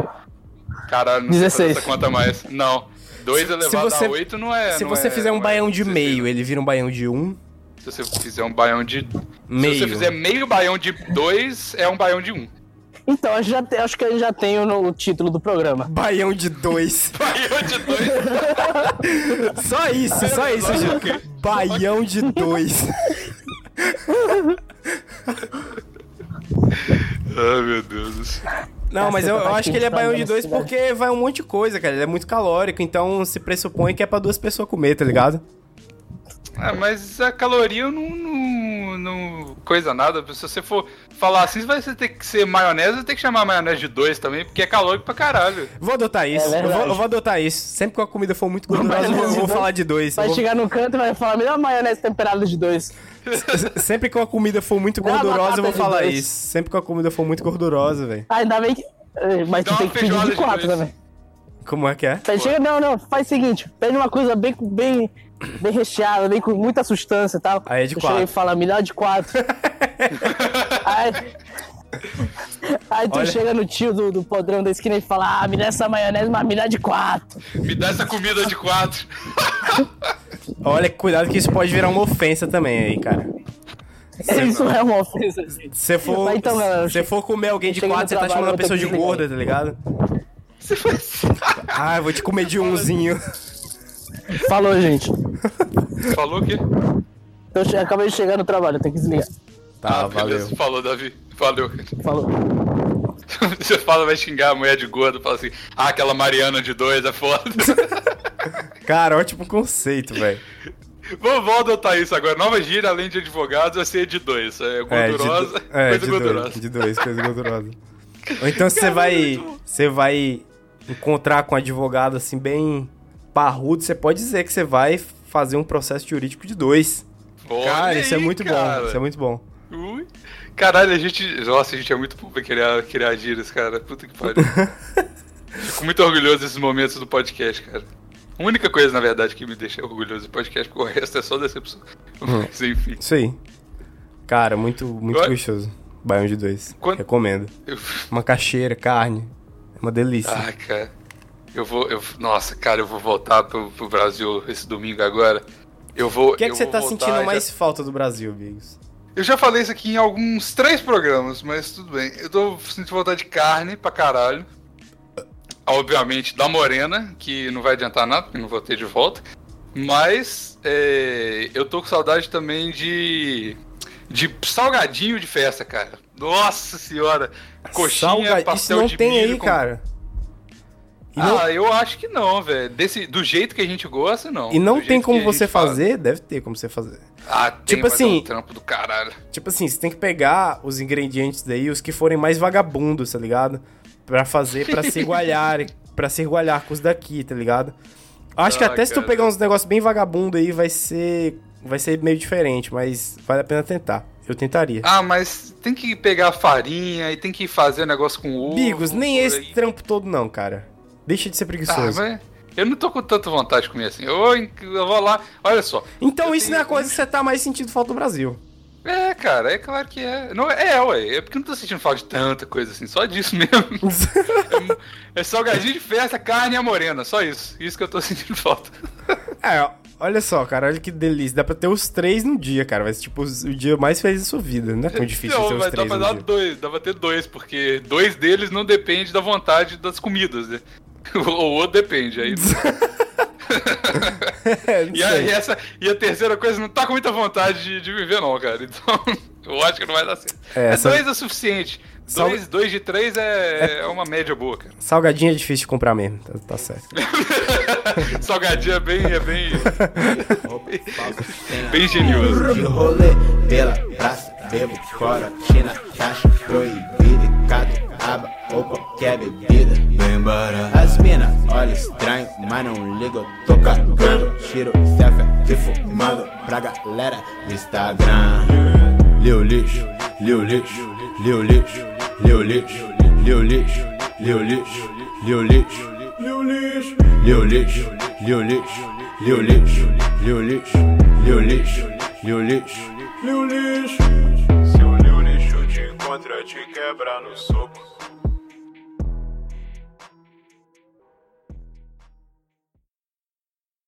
[SPEAKER 3] Caralho, não sei
[SPEAKER 6] 16.
[SPEAKER 3] fazer essa conta mais. Não. dois elevado
[SPEAKER 7] você-
[SPEAKER 3] a oito não é.
[SPEAKER 7] Se
[SPEAKER 3] não
[SPEAKER 7] você
[SPEAKER 3] é-
[SPEAKER 7] fizer um
[SPEAKER 3] não é
[SPEAKER 7] baião de
[SPEAKER 3] 16.
[SPEAKER 7] meio, ele vira um baião de um.
[SPEAKER 3] Se você fizer um baião de. Se você
[SPEAKER 7] Meio.
[SPEAKER 3] fizer meio baião de dois, é um baião de um.
[SPEAKER 6] Então, eu já te- acho que eu já tenho no- o título do programa.
[SPEAKER 7] Baião de dois.
[SPEAKER 3] Baião de dois.
[SPEAKER 7] Só isso, só isso,
[SPEAKER 3] Ok.
[SPEAKER 7] gente. Baião de dois.
[SPEAKER 3] Ai, meu Deus do céu.
[SPEAKER 7] Não, mas eu, eu acho que ele é baião de dois
[SPEAKER 6] Cidade.
[SPEAKER 7] porque vai um monte de coisa, cara. Ele é muito calórico, então se pressupõe que é pra duas pessoas comer, tá ligado?
[SPEAKER 3] Ah, mas a caloria eu não, não, não coisa nada. Se você for falar assim, vai você ter que ser maionese, vai ter que chamar maionese de dois também, porque é calórico pra caralho.
[SPEAKER 7] Vou adotar isso. eu, vou,
[SPEAKER 6] É verdade.
[SPEAKER 7] eu vou adotar isso. Sempre que a comida for muito gordurosa, eu vou- eu vou falar de dois. Eu
[SPEAKER 6] Vai
[SPEAKER 7] vou-
[SPEAKER 6] chegar no canto e vai falar, melhor maionese temperada de dois.
[SPEAKER 7] Sempre que a comida for muito
[SPEAKER 6] Não,
[SPEAKER 7] gordurosa, eu vou
[SPEAKER 6] batata de
[SPEAKER 7] falar
[SPEAKER 6] dois.
[SPEAKER 7] isso. Sempre que a comida for muito gordurosa, velho.
[SPEAKER 6] Ah, ainda bem que... eh, Mas
[SPEAKER 7] Então,
[SPEAKER 3] Dá
[SPEAKER 6] tu tem
[SPEAKER 3] uma
[SPEAKER 6] que pedir
[SPEAKER 3] feijoada
[SPEAKER 6] de
[SPEAKER 3] de
[SPEAKER 6] quatro
[SPEAKER 3] dois.
[SPEAKER 6] também.
[SPEAKER 7] Como é que é?
[SPEAKER 6] Pede, chega, não, não, faz o seguinte, pede uma coisa bem, com- bem, bem recheada, bem com muita substância e tal.
[SPEAKER 7] Aí é de
[SPEAKER 6] Tu
[SPEAKER 7] quatro.
[SPEAKER 6] Chega e fala, melhor de quatro. aí, aí tu
[SPEAKER 7] Olha.
[SPEAKER 6] chega no tio do, do podrão da esquina e fala, ah, me dá essa maionese, mas me dá de quatro.
[SPEAKER 3] Me dá essa comida de quatro.
[SPEAKER 7] Olha, cuidado que isso pode virar uma ofensa também aí, cara.
[SPEAKER 6] Isso é uma ofensa.
[SPEAKER 7] Se for,
[SPEAKER 6] Mas então, galera,
[SPEAKER 7] se for comer alguém de
[SPEAKER 6] chega no
[SPEAKER 7] quatro, você tá
[SPEAKER 6] trabalho,
[SPEAKER 7] chamando a
[SPEAKER 6] eu tô
[SPEAKER 7] pessoa de
[SPEAKER 6] desligando.
[SPEAKER 7] gorda, tá ligado?
[SPEAKER 3] Se
[SPEAKER 6] assim.
[SPEAKER 3] fosse-
[SPEAKER 7] Ah, eu vou te comer de umzinho.
[SPEAKER 6] Falou, gente.
[SPEAKER 3] Falou o quê?
[SPEAKER 6] Eu che- acabei de chegar no trabalho, tenho que desligar.
[SPEAKER 7] Tá,
[SPEAKER 3] Ah, beleza.
[SPEAKER 7] valeu.
[SPEAKER 3] Falou, Davi. Valeu.
[SPEAKER 6] Falou.
[SPEAKER 3] Você fala, vai xingar a mulher de gordo, fala assim, ah, aquela Mariana de dois é foda.
[SPEAKER 7] Cara, ótimo conceito, velho.
[SPEAKER 3] Vou, vou adotar isso agora. Nova gira, além de advogados, vai ser de dois. É
[SPEAKER 7] É, de,
[SPEAKER 3] gordurosa,
[SPEAKER 7] do- é,
[SPEAKER 3] coisa
[SPEAKER 7] de,
[SPEAKER 3] gordurosa.
[SPEAKER 7] dois, de dois, coisa gordurosa. Ou então você vai, você vai encontrar com um advogado assim bem parrudo, você pode dizer que você vai fazer um processo jurídico de dois.
[SPEAKER 3] Olha
[SPEAKER 7] Cara, isso é
[SPEAKER 3] aí,
[SPEAKER 7] muito
[SPEAKER 3] cara.
[SPEAKER 7] bom, isso é muito bom.
[SPEAKER 3] Ui. Caralho, a gente. Nossa, a gente é muito bom pra criar, criar gírias, cara. Puta que pariu. Fico muito orgulhoso desses momentos do podcast, cara. A única coisa, na verdade, que me deixa orgulhoso do podcast, porque o resto é só decepção.
[SPEAKER 7] Hum.
[SPEAKER 3] Mas enfim,
[SPEAKER 7] Isso aí. Cara, muito, muito
[SPEAKER 3] Agora-
[SPEAKER 7] gostoso. Baião de dois.
[SPEAKER 3] Quando-
[SPEAKER 7] Recomendo.
[SPEAKER 3] eu.
[SPEAKER 7] Uma cacheira, carne. É uma delícia.
[SPEAKER 3] Ah, cara. Eu vou. Eu, nossa, cara, eu vou voltar pro, pro Brasil esse domingo agora. Eu vou.
[SPEAKER 7] o que é que você tá sentindo
[SPEAKER 3] mais
[SPEAKER 7] mais falta do Brasil, Bigos?
[SPEAKER 3] Eu já falei isso aqui em alguns três programas, mas tudo bem. Eu tô sentindo vontade de carne pra caralho. Obviamente da morena, que não vai adiantar nada, porque não vou ter de volta. Mas é, eu tô com saudade também de. de salgadinho de festa, cara. Nossa senhora! Coxinha,
[SPEAKER 7] Salga-
[SPEAKER 3] pastel
[SPEAKER 7] Isso não
[SPEAKER 3] de
[SPEAKER 7] tem
[SPEAKER 3] milho
[SPEAKER 7] aí,
[SPEAKER 3] com-
[SPEAKER 7] cara. E não,
[SPEAKER 3] Ah, eu acho que não, velho. Desse- Do jeito que a gente gosta, não.
[SPEAKER 7] e não
[SPEAKER 3] Do
[SPEAKER 7] tem
[SPEAKER 3] jeito
[SPEAKER 7] como
[SPEAKER 3] que a
[SPEAKER 7] você
[SPEAKER 3] gente fala.
[SPEAKER 7] fazer, deve ter como você fazer.
[SPEAKER 3] Ah, tem,
[SPEAKER 7] Tipo
[SPEAKER 3] mas é um
[SPEAKER 7] assim-
[SPEAKER 3] trampo do caralho.
[SPEAKER 7] Tipo assim, você tem que pegar os ingredientes daí, os que forem mais vagabundos, tá ligado? Pra fazer, pra se igualhar, pra se igualhar com os daqui, tá ligado? Acho que
[SPEAKER 3] Ah,
[SPEAKER 7] até se tu
[SPEAKER 3] cara.
[SPEAKER 7] pegar uns negócios bem vagabundo aí, vai ser vai ser meio diferente, mas vale a pena tentar. Eu tentaria.
[SPEAKER 3] Ah, mas tem que pegar a farinha e tem que fazer o negócio com ovo.
[SPEAKER 7] Bigos, nem esse
[SPEAKER 3] aí.
[SPEAKER 7] trampo todo não, cara. Deixa de ser
[SPEAKER 3] Ah,
[SPEAKER 7] preguiçoso.
[SPEAKER 3] mas eu não tô com tanta vontade de comer assim. Eu, eu vou lá, olha só.
[SPEAKER 7] Então
[SPEAKER 3] Eu
[SPEAKER 7] isso não é
[SPEAKER 3] tenho-
[SPEAKER 7] a coisa que você tá mais sentindo falta do Brasil.
[SPEAKER 3] É, cara, é claro que é. Não, é, ué. É porque eu não tô sentindo falta de tanta coisa assim, só disso mesmo. é salgadinho de festa, carne e a morena, só isso. Isso que eu tô sentindo falta.
[SPEAKER 7] É, ó, olha só, cara, olha que delícia. Dá pra ter os três num dia, cara. Vai ser tipo os- o dia mais feliz da sua vida. Não é tão difícil
[SPEAKER 3] não,
[SPEAKER 7] ter os
[SPEAKER 3] Então, mas dá
[SPEAKER 7] três
[SPEAKER 3] pra
[SPEAKER 7] num
[SPEAKER 3] dar
[SPEAKER 7] dia.
[SPEAKER 3] dois, dá pra ter dois, porque dois deles não depende da vontade das comidas, né? O outro depende, aí.
[SPEAKER 7] É, não
[SPEAKER 3] E a,
[SPEAKER 7] sei.
[SPEAKER 3] e essa, e a terceira coisa, não tá com muita vontade de, de viver, não, cara. Então, eu acho que não vai dar certo.
[SPEAKER 7] É,
[SPEAKER 3] É,
[SPEAKER 7] essa-
[SPEAKER 3] dois é o suficiente.
[SPEAKER 7] Sal-
[SPEAKER 3] Dois, dois de três é, é uma média boa, cara.
[SPEAKER 7] Salgadinho é difícil de comprar mesmo, tá, tá certo.
[SPEAKER 3] Salgadinho é bem. É bem... bem genioso.
[SPEAKER 8] De rolê pela praça, bebo corotina, caixa proibida e catuaba ou qualquer é bebida. Vem embora. As mina olha estranho, mas não ligo, tô cagando. Tiro selfie que fumando pra galera do Instagram. Leu lixo, leu lixo, leu lixo, leu lixo, leu lixo, leu lixo, leu lixo. Leu lixo, leu lixo, leu lixo, leu lixo, leu lixo, leu lixo, leu lixo, leu lixo. Se o leu lixo te encontra, te quebra no soco.